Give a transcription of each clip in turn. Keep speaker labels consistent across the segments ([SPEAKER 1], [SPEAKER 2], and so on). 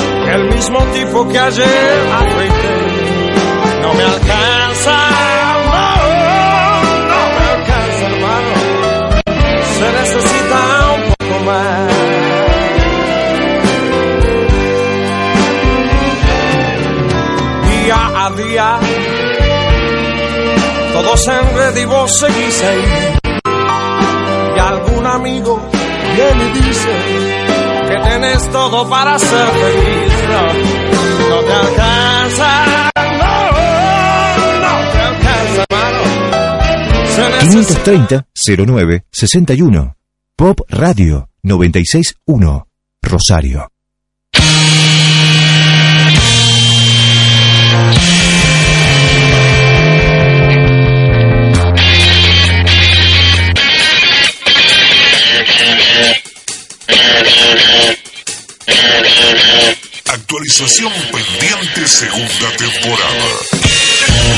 [SPEAKER 1] el mismo tipo que ayer afeité. No me alcanza, no, no me alcanza, hermano. Se necesita un poco más. Día a día, todos en red y vos seguís ahí. Y algún amigo viene y dice que tienes todo para ser feliz. No, no te alcanza, no, no te alcanza, mano. Se necesita-
[SPEAKER 2] 530 09 61 Pop Radio 961 Rosario.
[SPEAKER 3] Actualización pendiente segunda temporada.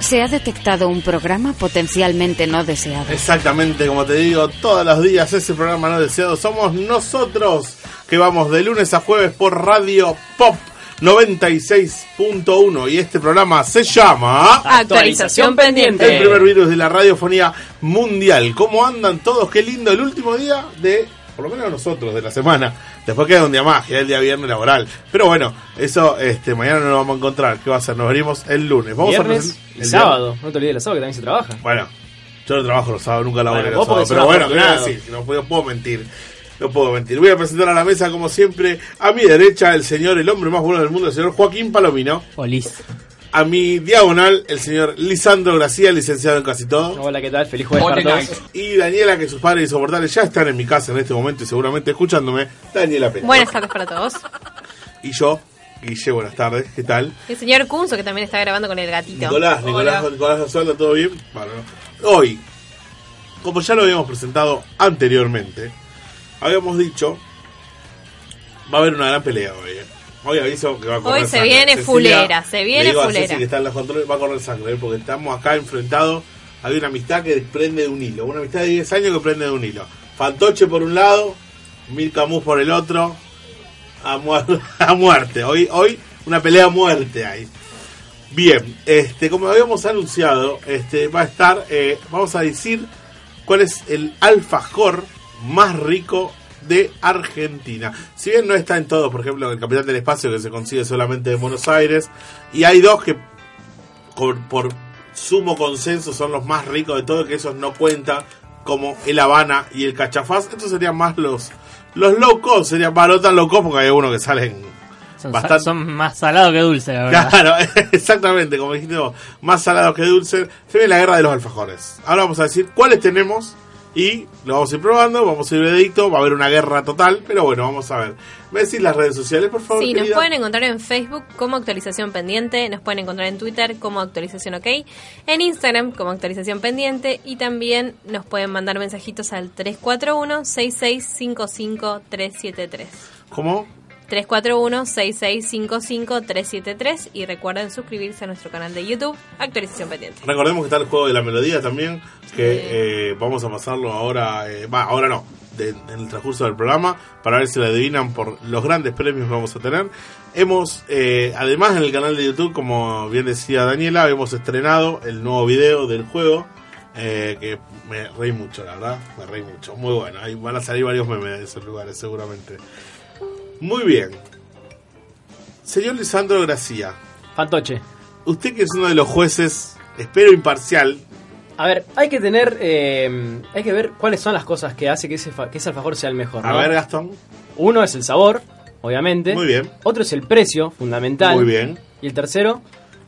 [SPEAKER 4] Se ha detectado un programa potencialmente no deseado.
[SPEAKER 5] Exactamente, como te digo, todos los días ese programa no deseado somos nosotros que vamos de lunes a jueves por Radio Pop 96.1 y este programa se llama
[SPEAKER 6] Actualización
[SPEAKER 5] El
[SPEAKER 6] pendiente.
[SPEAKER 5] primer virus de la radiofonía mundial. ¿Cómo andan todos? Qué lindo el último día de, por lo menos nosotros, de la semana. Después queda un día más, queda el día viernes laboral. Pero bueno, eso este mañana no nos vamos a encontrar. ¿Qué va a hacer? Nos veremos el lunes. Vamos a
[SPEAKER 6] Viernes
[SPEAKER 5] presen-
[SPEAKER 6] y
[SPEAKER 5] el
[SPEAKER 6] sábado. No te olvides del sábado que también se trabaja.
[SPEAKER 5] día- Bueno, yo no trabajo los sábados, nunca laboro
[SPEAKER 6] Bueno,
[SPEAKER 5] los sábados.
[SPEAKER 6] vos podés
[SPEAKER 5] Pero
[SPEAKER 6] ser
[SPEAKER 5] bueno,
[SPEAKER 6] afortunado.
[SPEAKER 5] gracias. No puedo, puedo mentir. No puedo mentir. Voy a presentar a la mesa, como siempre, a mi derecha, el señor, el hombre más bueno del mundo, el señor Joaquín Palomino.
[SPEAKER 7] Olis.
[SPEAKER 5] A mi diagonal, el señor Lisandro García, licenciado en casi todo.
[SPEAKER 6] Hola, ¿qué tal? Feliz jueves para todos.
[SPEAKER 5] Y Daniela, que sus padres insoportables ya están en mi casa en este momento y seguramente escuchándome. Daniela Pérez.
[SPEAKER 8] Buenas tardes para todos.
[SPEAKER 5] Y yo, Guille, buenas tardes. ¿Qué tal?
[SPEAKER 8] El señor Kunzo que también está grabando con el gatito.
[SPEAKER 5] Nicolás, Nicolás, Nicolás Osvaldo, ¿todo bien? Bueno, hoy, como ya lo habíamos presentado anteriormente, habíamos dicho, va a haber una gran pelea hoy. eh. Hoy aviso que va a correr
[SPEAKER 8] Hoy se
[SPEAKER 5] sangre.
[SPEAKER 8] viene
[SPEAKER 5] Cecilia,
[SPEAKER 8] fulera, se viene
[SPEAKER 5] le digo a
[SPEAKER 8] fulera.
[SPEAKER 5] Ceci que está en los controles, va a correr sangre, eh, porque estamos acá enfrentados. Hay una amistad que prende de un hilo, una amistad de 10 años que prende de un hilo. Fantoche por un lado, Mil Camus por el otro, a, muer- a muerte. Hoy, hoy una pelea a muerte hay. Bien, este, como habíamos anunciado, este, va a estar, eh, vamos a decir cuál es el alfajor más rico de Argentina. Si bien no está en todos, por ejemplo, el Capitán del Espacio que se consigue solamente en Buenos Aires, y hay dos que por, por sumo consenso son los más ricos de todos, que esos no cuentan como el Habana y el Cachafaz, estos serían más los los low cost, serían más no tan low cost porque hay uno que salen
[SPEAKER 7] Son,
[SPEAKER 5] Bastante-
[SPEAKER 7] sa- son más salados que dulces, la
[SPEAKER 6] Ah.
[SPEAKER 7] verdad.
[SPEAKER 5] Claro, exactamente, como dijiste vos, más salados que dulces. Se viene la guerra de los alfajores. Ahora vamos a decir cuáles tenemos y lo vamos a ir probando, vamos a ir veredicto, va a haber una guerra total, pero bueno, vamos a ver. ¿Me decís las redes sociales, por favor?
[SPEAKER 8] Sí, nos
[SPEAKER 5] querida?
[SPEAKER 8] pueden encontrar en Facebook como actualización pendiente, nos pueden encontrar en Twitter como actualización ok, en Instagram como actualización pendiente y también nos pueden mandar mensajitos al 341-6655-373.
[SPEAKER 5] ¿Cómo?
[SPEAKER 8] 341-6655-373 y recuerden suscribirse a nuestro canal de YouTube actualización pendiente.
[SPEAKER 5] Recordemos que está el juego de la melodía también,
[SPEAKER 8] Sí.
[SPEAKER 5] que eh, vamos a pasarlo ahora, eh, va, ahora no, de- en el transcurso del programa, para ver si lo adivinan por los grandes premios que vamos a tener. Hemos, eh, además en el canal de YouTube, como bien decía Daniela, hemos estrenado el nuevo video del juego, eh, que me reí mucho, la verdad, me reí mucho, muy bueno, ahí van a salir varios memes de esos lugares seguramente. Muy bien. Señor Lisandro Gracia,
[SPEAKER 6] Fantoche.
[SPEAKER 5] usted que es uno de los jueces, espero imparcial,
[SPEAKER 6] A ver, hay que tener. eh, hay que ver cuáles son las cosas que hace que ese, fa- que ese alfajor sea el mejor.
[SPEAKER 5] A
[SPEAKER 6] ¿no?
[SPEAKER 5] ver, Gastón.
[SPEAKER 6] Uno es el sabor, obviamente.
[SPEAKER 5] Muy bien.
[SPEAKER 6] Otro es el precio, fundamental.
[SPEAKER 5] Muy bien.
[SPEAKER 6] Y el tercero,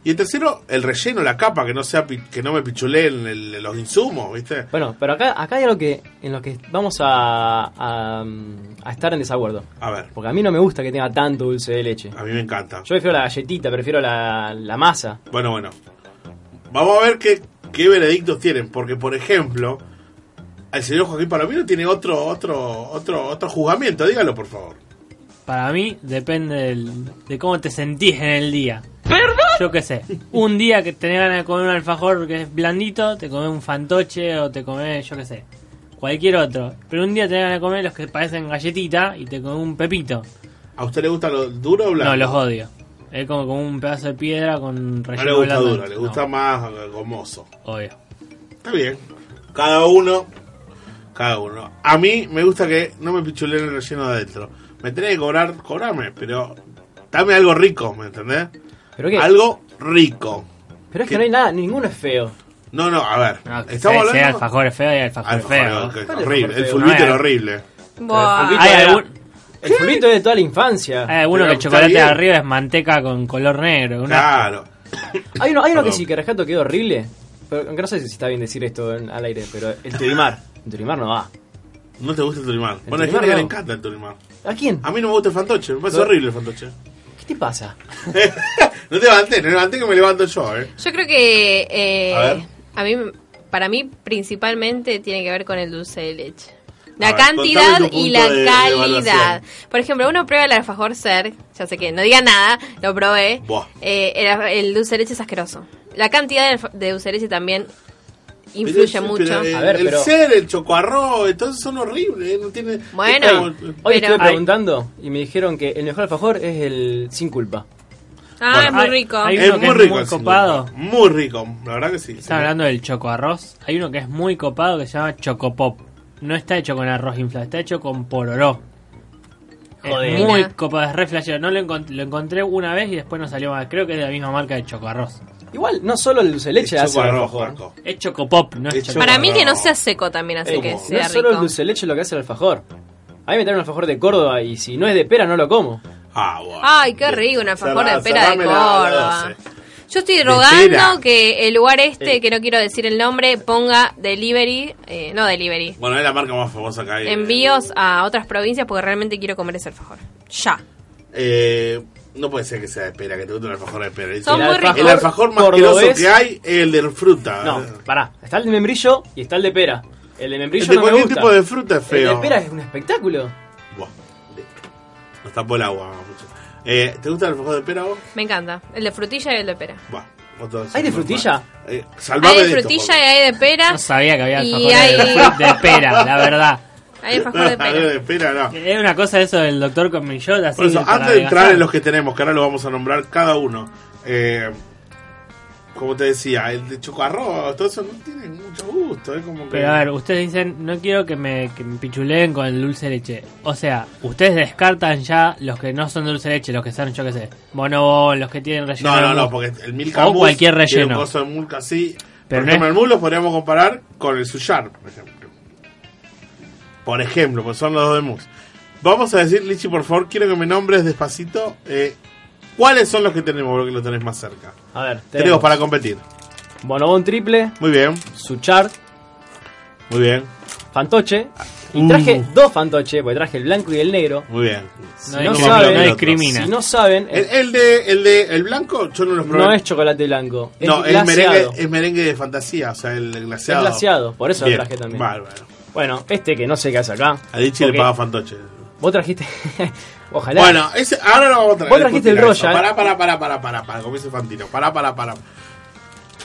[SPEAKER 5] Y el tercero, el relleno, la capa, que no sea pi- que no me pichuleen el- los insumos, ¿viste?
[SPEAKER 6] bueno, pero acá, acá hay algo que, en lo que vamos a, a, a estar en desacuerdo.
[SPEAKER 5] A ver,
[SPEAKER 6] Porque a mí no me gusta que tenga tanto dulce de leche.
[SPEAKER 5] a mí me encanta.
[SPEAKER 6] Yo prefiero la galletita, prefiero la, la masa.
[SPEAKER 5] Bueno, bueno. Vamos a ver qué, qué veredictos tienen, porque por ejemplo, el señor Joaquín Palomino tiene otro otro otro otro juzgamiento, dígalo por favor.
[SPEAKER 7] Para mí depende del- de cómo te sentís en el día. Yo qué sé. Un día que tenés ganas de comer un alfajor que es blandito, te comes un fantoche o te comes, yo qué sé, cualquier otro. Pero un día te van a comer los que parecen galletita y te comen un pepito.
[SPEAKER 5] ¿A usted le gusta lo duro o blanco?
[SPEAKER 7] No, los odio. Es como, como un pedazo de piedra con
[SPEAKER 5] No
[SPEAKER 7] relleno
[SPEAKER 5] le gusta
[SPEAKER 7] blando.
[SPEAKER 5] duro, le gusta
[SPEAKER 7] No,
[SPEAKER 5] más eh, gomoso.
[SPEAKER 7] Obvio.
[SPEAKER 5] Está bien. Cada uno. Cada uno. A mí me gusta que no me pichulen el relleno de adentro. Me tenés que cobrar, cobrame, pero dame algo rico, ¿me entendés?
[SPEAKER 6] ¿Pero qué?
[SPEAKER 5] Algo rico.
[SPEAKER 6] Pero es que
[SPEAKER 5] ¿Qué?
[SPEAKER 6] no hay nada, ninguno es feo.
[SPEAKER 5] No, no, a ver.
[SPEAKER 7] No, que
[SPEAKER 5] Estamos
[SPEAKER 7] sea, sea
[SPEAKER 5] hablando.
[SPEAKER 7] alfajor feo y alfajor, feo.
[SPEAKER 5] que es
[SPEAKER 6] ¿Cuál es
[SPEAKER 5] horrible.
[SPEAKER 6] alfajor
[SPEAKER 5] El
[SPEAKER 6] feo?
[SPEAKER 5] fulbito
[SPEAKER 7] No,
[SPEAKER 5] era
[SPEAKER 7] eh.
[SPEAKER 5] horrible.
[SPEAKER 8] Buah.
[SPEAKER 6] Pero
[SPEAKER 7] Hay,
[SPEAKER 6] era-
[SPEAKER 7] algún-
[SPEAKER 6] El fulbito es de toda la infancia.
[SPEAKER 8] Eh.
[SPEAKER 7] hay alguno
[SPEAKER 5] Pero
[SPEAKER 7] que el
[SPEAKER 5] está
[SPEAKER 7] chocolate de
[SPEAKER 5] bien.
[SPEAKER 7] arriba es manteca con color negro. una-
[SPEAKER 5] Claro.
[SPEAKER 6] Hay uno, hay uno que
[SPEAKER 5] Perdón.
[SPEAKER 6] sí, que rescato quedó horrible. Pero, aunque no sé si está bien decir esto en- al aire, pero el turimar. El turimar no va.
[SPEAKER 5] No te gusta el turimar. Bueno, hay
[SPEAKER 6] turimar
[SPEAKER 5] gente que
[SPEAKER 6] no.
[SPEAKER 5] le encanta el turimar.
[SPEAKER 6] ¿A quién?
[SPEAKER 5] A mí no me gusta el fantoche. Me parece
[SPEAKER 6] No.
[SPEAKER 5] horrible el fantoche.
[SPEAKER 6] ¿Qué te pasa?
[SPEAKER 5] no te levantes, no te levantes que me levanto yo, eh.
[SPEAKER 8] Yo creo que eh,
[SPEAKER 5] A ver.
[SPEAKER 8] a mí, para mí principalmente tiene que ver con el dulce de leche.
[SPEAKER 5] A
[SPEAKER 8] La
[SPEAKER 5] ver,
[SPEAKER 8] cantidad
[SPEAKER 5] contame tu
[SPEAKER 8] y
[SPEAKER 5] punto
[SPEAKER 8] la
[SPEAKER 5] de- de
[SPEAKER 8] calidad.
[SPEAKER 5] evaluación.
[SPEAKER 8] Por ejemplo, uno prueba el alfajor ser, ya sé que no diga nada, lo probé.
[SPEAKER 5] Buah.
[SPEAKER 8] Eh, el, alfa- el dulce de leche es asqueroso. La cantidad de, alfa- de dulce de leche también influye
[SPEAKER 5] Pero-
[SPEAKER 8] mucho.
[SPEAKER 5] pero, eh,
[SPEAKER 6] A ver,
[SPEAKER 5] el
[SPEAKER 6] pero-
[SPEAKER 5] ser, el chocoarro, entonces son horribles. eh, No tiene.
[SPEAKER 8] Bueno.
[SPEAKER 5] es como-
[SPEAKER 6] Hoy
[SPEAKER 8] Pero-
[SPEAKER 6] estuve
[SPEAKER 8] Ay.
[SPEAKER 6] preguntando y me dijeron que el mejor alfajor es el sin culpa.
[SPEAKER 8] ah,
[SPEAKER 5] Bueno,
[SPEAKER 8] es muy
[SPEAKER 7] hay-
[SPEAKER 8] rico.
[SPEAKER 7] hay-
[SPEAKER 5] Es
[SPEAKER 7] uno que
[SPEAKER 5] muy
[SPEAKER 7] es
[SPEAKER 5] rico.
[SPEAKER 7] muy
[SPEAKER 5] el sin
[SPEAKER 7] copado.
[SPEAKER 5] culpa. Muy rico, la verdad que sí. sí.
[SPEAKER 7] Estaba hablando del choco arroz. Hay uno que es muy copado que se llama Chocopop. No está hecho con arroz inflado, está hecho con pororó.
[SPEAKER 6] Joder.
[SPEAKER 7] Es muy
[SPEAKER 8] Mira.
[SPEAKER 7] copado, es re flashero. No lo, encont- lo encontré una vez y después no salió más. Creo que es de la misma marca de choco arroz.
[SPEAKER 6] Igual, no solo el dulce de leche
[SPEAKER 5] El
[SPEAKER 6] hace el
[SPEAKER 5] chocoarro,
[SPEAKER 6] alfajor.
[SPEAKER 5] Marco.
[SPEAKER 7] Es Chocopop, no
[SPEAKER 5] Es
[SPEAKER 7] es choco.
[SPEAKER 5] choco-
[SPEAKER 8] para mí que no
[SPEAKER 5] no.
[SPEAKER 8] sea seco también hace
[SPEAKER 6] Eh,
[SPEAKER 8] que
[SPEAKER 5] como-
[SPEAKER 6] no
[SPEAKER 8] sea
[SPEAKER 6] es solo el
[SPEAKER 8] rico.
[SPEAKER 6] dulce de leche lo que hace el alfajor. A mí me traen un alfajor de Córdoba y si no es de pera no lo como.
[SPEAKER 5] Ah, bueno.
[SPEAKER 8] Ay, qué rico, un alfajor
[SPEAKER 5] Cerrá-
[SPEAKER 8] de pera de
[SPEAKER 5] cerrámela a las
[SPEAKER 8] Córdoba.
[SPEAKER 5] 12.
[SPEAKER 8] Yo estoy
[SPEAKER 5] pera.
[SPEAKER 8] rogando que el lugar este,
[SPEAKER 6] Eh.
[SPEAKER 8] que no quiero decir el nombre, ponga delivery, eh, no delivery,
[SPEAKER 5] Bueno, es la marca más famosa que hay. eh.
[SPEAKER 8] envíos a otras provincias porque realmente quiero comer ese alfajor. Ya.
[SPEAKER 5] Eh, no puede ser que sea de pera, que te guste el alfajor de pera.
[SPEAKER 8] Son
[SPEAKER 5] el,
[SPEAKER 8] muy
[SPEAKER 5] alfajor,
[SPEAKER 8] ricos.
[SPEAKER 5] el alfajor más
[SPEAKER 6] Cordobés.
[SPEAKER 5] asqueroso que hay es el de fruta.
[SPEAKER 6] No, pará. Está el de membrillo y está el de pera. El de membrillo
[SPEAKER 5] El de
[SPEAKER 6] no me
[SPEAKER 5] cualquier
[SPEAKER 6] gusta.
[SPEAKER 5] tipo de fruta es
[SPEAKER 6] El
[SPEAKER 5] feo.
[SPEAKER 6] de pera es un espectáculo.
[SPEAKER 5] Buah, de- Nos tapó el agua. mucho. Eh, ¿Te gusta el alfajor de pera vos?
[SPEAKER 8] Me encanta. El de frutilla y el de pera.
[SPEAKER 5] Buah, vos todos-
[SPEAKER 6] ¿Hay de frutilla?
[SPEAKER 5] Eh,
[SPEAKER 8] Hay
[SPEAKER 5] salvame
[SPEAKER 8] de
[SPEAKER 5] de esto,
[SPEAKER 8] frutilla y
[SPEAKER 5] Pablo.
[SPEAKER 8] hay de pera.
[SPEAKER 7] No sabía que había
[SPEAKER 8] Y
[SPEAKER 7] alfajores
[SPEAKER 8] hay-
[SPEAKER 7] de, fruit- de pera, la verdad.
[SPEAKER 8] Hay alfajor de
[SPEAKER 5] No, alfajor
[SPEAKER 8] pera. Ah,
[SPEAKER 5] de pera no.
[SPEAKER 7] Es una cosa eso del doctor con millotas.
[SPEAKER 5] Por eso, antes de entrar en los que tenemos, que ahora lo vamos a nombrar cada uno, eh, como te decía, el de chocarro, todo eso no tiene mucho gusto, es como que...
[SPEAKER 7] Pero a ver, ustedes dicen, no quiero que me, que me pichuleen con el dulce de leche. O sea, ustedes descartan ya los que no son dulce de leche, los que son, yo qué sé, bonobón, los que tienen relleno.
[SPEAKER 5] no,
[SPEAKER 7] de
[SPEAKER 5] no, no,
[SPEAKER 7] mousse.
[SPEAKER 5] porque el Milka
[SPEAKER 7] O
[SPEAKER 5] Mousse
[SPEAKER 7] cualquier
[SPEAKER 5] tiene un
[SPEAKER 7] relleno.
[SPEAKER 5] coso de Milka así. por
[SPEAKER 7] Pero no
[SPEAKER 5] ejemplo,
[SPEAKER 7] es-
[SPEAKER 5] el Mousse lo podríamos comparar con el Suyar, por ejemplo. Por ejemplo, pues son los dos de Mousse. Vamos a decir, Lichi, por favor, quiero que me nombres despacito eh, cuáles son los que tenemos, porque lo tenés más cerca.
[SPEAKER 6] A ver,
[SPEAKER 5] Tenemos
[SPEAKER 6] tenemos
[SPEAKER 5] para competir.
[SPEAKER 6] Bonobón triple,
[SPEAKER 5] Muy bien,
[SPEAKER 6] Suchard,
[SPEAKER 5] muy bien,
[SPEAKER 6] Fantoche. Y traje dos Fantoche, porque traje el blanco y el negro.
[SPEAKER 5] muy bien.
[SPEAKER 6] Si
[SPEAKER 7] No
[SPEAKER 6] no,
[SPEAKER 7] hay como-
[SPEAKER 6] saben,
[SPEAKER 7] no discrimina.
[SPEAKER 6] si no saben, eh,
[SPEAKER 5] El, el de, el de el blanco, yo no lo probé.
[SPEAKER 6] no es chocolate blanco. Es
[SPEAKER 5] No, es
[SPEAKER 6] glaseado.
[SPEAKER 5] merengue, es merengue de fantasía, o sea, el, el glaseado.
[SPEAKER 6] Es glaseado, por eso lo traje también.
[SPEAKER 5] Bárbaro.
[SPEAKER 6] Bueno, este que no sé qué hace acá.
[SPEAKER 5] A Lichi
[SPEAKER 6] porque
[SPEAKER 5] le paga fantoche.
[SPEAKER 6] Vos trajiste. Ojalá.
[SPEAKER 5] Bueno, ese, ahora lo vamos a traer.
[SPEAKER 6] Vos trajiste el ¿eh?
[SPEAKER 5] Discutir eso.
[SPEAKER 6] Royal.
[SPEAKER 5] Pará, pará, pará, pará, pará, pará, como dice Fantino. Pará, pará, pará.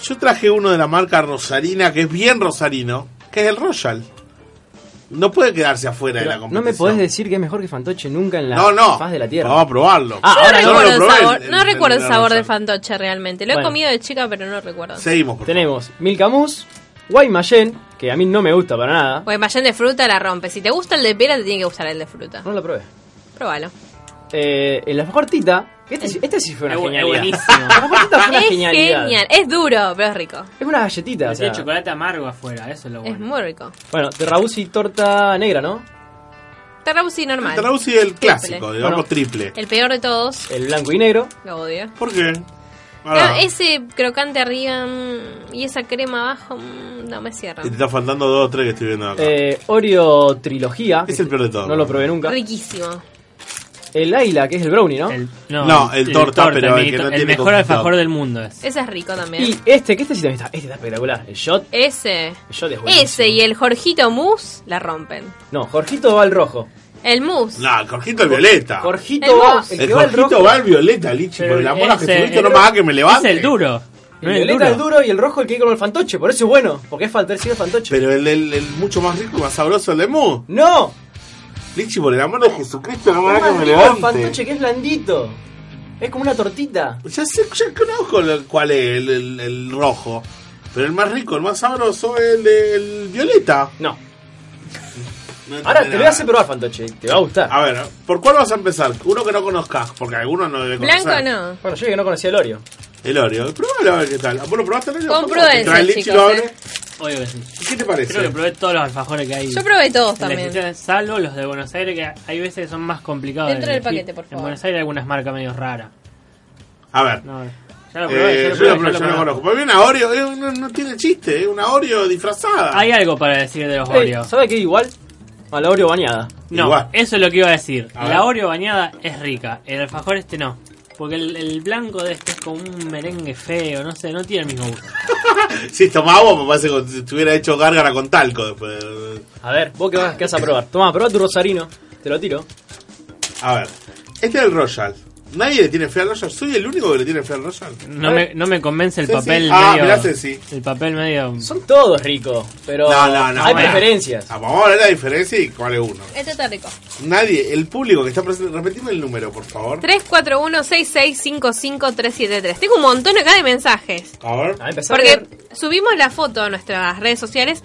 [SPEAKER 5] Yo traje uno de la marca Rosarina, que es bien rosarino, que es el Royal. No puede quedarse afuera
[SPEAKER 6] Pero
[SPEAKER 5] de la
[SPEAKER 6] no
[SPEAKER 5] competición.
[SPEAKER 6] me podés decir que es mejor que Fantoche nunca en la
[SPEAKER 5] No, no.
[SPEAKER 6] faz de la tierra.
[SPEAKER 5] Vamos a probarlo.
[SPEAKER 6] Ah,
[SPEAKER 8] Yo no
[SPEAKER 6] ahora
[SPEAKER 5] Yo
[SPEAKER 8] recuerdo
[SPEAKER 5] lo
[SPEAKER 8] el
[SPEAKER 5] probé,
[SPEAKER 8] sabor,
[SPEAKER 5] el-
[SPEAKER 8] no
[SPEAKER 5] el-
[SPEAKER 8] recuerdo el
[SPEAKER 5] el
[SPEAKER 8] sabor de
[SPEAKER 5] Royal.
[SPEAKER 8] fantoche realmente. Lo he
[SPEAKER 6] Bueno.
[SPEAKER 8] comido de chica, pero no recuerdo.
[SPEAKER 5] Seguimos. por favor.
[SPEAKER 6] Tenemos Milcamus, Guaymallén, que a mí no me gusta para nada.
[SPEAKER 8] Porque mayón de fruta la rompe. Si te gusta el de pera, te tiene que gustar el de fruta.
[SPEAKER 6] No lo probé.
[SPEAKER 8] Próbalo.
[SPEAKER 6] Eh, el alfajor Tita, que este, sí- este sí fue una
[SPEAKER 7] Es bu- es
[SPEAKER 6] genialidad.
[SPEAKER 7] buenísimo.
[SPEAKER 6] El alfajor Tita fue una
[SPEAKER 8] es
[SPEAKER 6] genialidad.
[SPEAKER 8] genial. Es duro, pero es rico.
[SPEAKER 6] Es una galletita. o
[SPEAKER 7] Tiene
[SPEAKER 6] sea.
[SPEAKER 7] chocolate amargo afuera, eso es lo bueno.
[SPEAKER 8] Es muy rico.
[SPEAKER 6] Bueno, terrabusi torta negra, ¿no?
[SPEAKER 8] Terrabusi normal.
[SPEAKER 5] El Trausi el clásico, digamos
[SPEAKER 6] Bueno.
[SPEAKER 5] triple.
[SPEAKER 8] El peor de todos.
[SPEAKER 6] El blanco y negro.
[SPEAKER 8] Lo odio.
[SPEAKER 5] ¿Por qué?
[SPEAKER 8] No,
[SPEAKER 6] Ah.
[SPEAKER 5] Ahora,
[SPEAKER 8] ese crocante arriba mm, y esa crema abajo mm, no me cierra.
[SPEAKER 5] Te está faltando dos o tres que estoy viendo acá.
[SPEAKER 6] Eh, Oreo trilogía.
[SPEAKER 5] Es el peor de todos.
[SPEAKER 6] No lo probé nunca.
[SPEAKER 8] Riquísimo.
[SPEAKER 6] El águila, que es el brownie, ¿no?
[SPEAKER 7] El-
[SPEAKER 5] No, el torta, pero el
[SPEAKER 7] mi
[SPEAKER 5] que no
[SPEAKER 7] to-
[SPEAKER 5] tiene
[SPEAKER 7] mejor
[SPEAKER 5] costado.
[SPEAKER 7] alfajor del mundo es.
[SPEAKER 8] Ese es rico también.
[SPEAKER 6] Y este, que este sí también está. Este está espectacular. El shot.
[SPEAKER 8] ese.
[SPEAKER 6] El shot es buenísimo.
[SPEAKER 8] Ese y el Jorgito Mousse la rompen.
[SPEAKER 6] No, Jorgito va al rojo.
[SPEAKER 8] El mousse.
[SPEAKER 5] No, el Jorgito el violeta.
[SPEAKER 6] Jorgito
[SPEAKER 8] El
[SPEAKER 6] va.
[SPEAKER 8] mousse.
[SPEAKER 6] El,
[SPEAKER 5] Ah. el
[SPEAKER 6] que va al
[SPEAKER 5] Jorgito
[SPEAKER 6] rojo.
[SPEAKER 5] va al violeta, Lichi. Por el amor a
[SPEAKER 7] ese-
[SPEAKER 5] Jesucristo,
[SPEAKER 7] el-
[SPEAKER 5] no me haga que me levante.
[SPEAKER 7] Es el duro.
[SPEAKER 6] El
[SPEAKER 7] No, el
[SPEAKER 6] violeta es
[SPEAKER 7] duro.
[SPEAKER 6] duro y el rojo el que hay como el fantoche. Por eso es bueno, porque es fantoche, es fantoche.
[SPEAKER 5] Pero el, el, el mucho más rico y más sabroso el Lemú.
[SPEAKER 6] ¡No!
[SPEAKER 5] Lichi, por el amor de Jesucristo, no me
[SPEAKER 6] Es
[SPEAKER 5] hagas que
[SPEAKER 6] más
[SPEAKER 5] me
[SPEAKER 6] rico el
[SPEAKER 5] levante.
[SPEAKER 6] fantoche que es blandito. Es como una tortita.
[SPEAKER 5] Ya sé, ya conozco el- cuál es el, el- el rojo. Pero el más rico, el más sabroso es el, el violeta.
[SPEAKER 6] No.
[SPEAKER 5] No
[SPEAKER 6] Ahora te
[SPEAKER 5] entendí
[SPEAKER 6] lo voy a
[SPEAKER 5] nada.
[SPEAKER 6] hacer probar, fantoche. Te va a gustar.
[SPEAKER 5] A ver, ¿por cuál vas a empezar? Uno que no conozcas, porque alguno no debe conocer.
[SPEAKER 8] Blanco no.
[SPEAKER 6] Bueno, yo que no conocía el Oreo.
[SPEAKER 5] El Oreo. Probalo a ver qué tal. ¿Vos lo probaste el Oreo?
[SPEAKER 8] Compro
[SPEAKER 5] ¿Cómo? Te
[SPEAKER 8] ese,
[SPEAKER 5] trae el Lichi,
[SPEAKER 8] chicos,
[SPEAKER 5] lo abre.
[SPEAKER 8] eh.
[SPEAKER 7] Obvio que sí.
[SPEAKER 5] ¿Qué te parece?
[SPEAKER 7] Creo que probé todos los alfajores que hay.
[SPEAKER 8] Yo probé todos
[SPEAKER 7] en la
[SPEAKER 8] también.
[SPEAKER 7] existencia, salvo los de Buenos Aires, que hay veces que son más complicados. de
[SPEAKER 8] Dentro del
[SPEAKER 7] elegir.
[SPEAKER 8] paquete, por
[SPEAKER 7] En
[SPEAKER 8] favor.
[SPEAKER 7] Buenos Aires hay algunas marcas medio raras.
[SPEAKER 5] A ver.
[SPEAKER 7] No, ya lo probé,
[SPEAKER 5] Eh,
[SPEAKER 7] ya
[SPEAKER 5] yo
[SPEAKER 7] lo
[SPEAKER 5] lo
[SPEAKER 7] probé,
[SPEAKER 5] probé,
[SPEAKER 7] ya
[SPEAKER 5] yo lo
[SPEAKER 7] lo
[SPEAKER 5] conozco.
[SPEAKER 7] probé.
[SPEAKER 5] Para mí una Oreo eh, no, no tiene chiste, es una Oreo disfrazada.
[SPEAKER 7] Hay algo para decir de los
[SPEAKER 6] Ey,
[SPEAKER 7] Oreo.
[SPEAKER 6] ¿Sabe qué? Igual a la Oreo bañada.
[SPEAKER 7] No,
[SPEAKER 5] Igual.
[SPEAKER 7] eso es lo que iba a decir.
[SPEAKER 5] A ver.
[SPEAKER 7] la Oreo bañada es rica, el alfajor este no. Porque el, el blanco de este es como un merengue feo, no sé, no tiene el mismo gusto.
[SPEAKER 5] Si tomaba agua, me parece que estuviera hecho gárgara con talco después.
[SPEAKER 6] A ver, vos qué vas, qué vas a probar. Toma, probá tu rosarino. Te lo tiro.
[SPEAKER 5] A ver, este es el Royal. Nadie le tiene fe al Royal. Soy el único que le tiene fe al Royal.
[SPEAKER 7] No me, no me convence el
[SPEAKER 5] Sí, sí.
[SPEAKER 7] papel
[SPEAKER 5] Ah,
[SPEAKER 7] medio.
[SPEAKER 5] mirá, sí, sí.
[SPEAKER 7] El papel medio.
[SPEAKER 6] Son todos ricos, pero
[SPEAKER 5] No, no, no,
[SPEAKER 6] hay
[SPEAKER 5] pará.
[SPEAKER 6] preferencias.
[SPEAKER 5] Ah, vamos a ver la diferencia y cuál es uno.
[SPEAKER 8] Este está rico.
[SPEAKER 5] Nadie, el público que está presente. Repetime el número, por favor.
[SPEAKER 8] 341-6655-373. Tengo un montón acá de mensajes.
[SPEAKER 5] A ver.
[SPEAKER 6] A empezar a
[SPEAKER 8] Porque
[SPEAKER 6] ver.
[SPEAKER 8] subimos la foto a nuestras redes sociales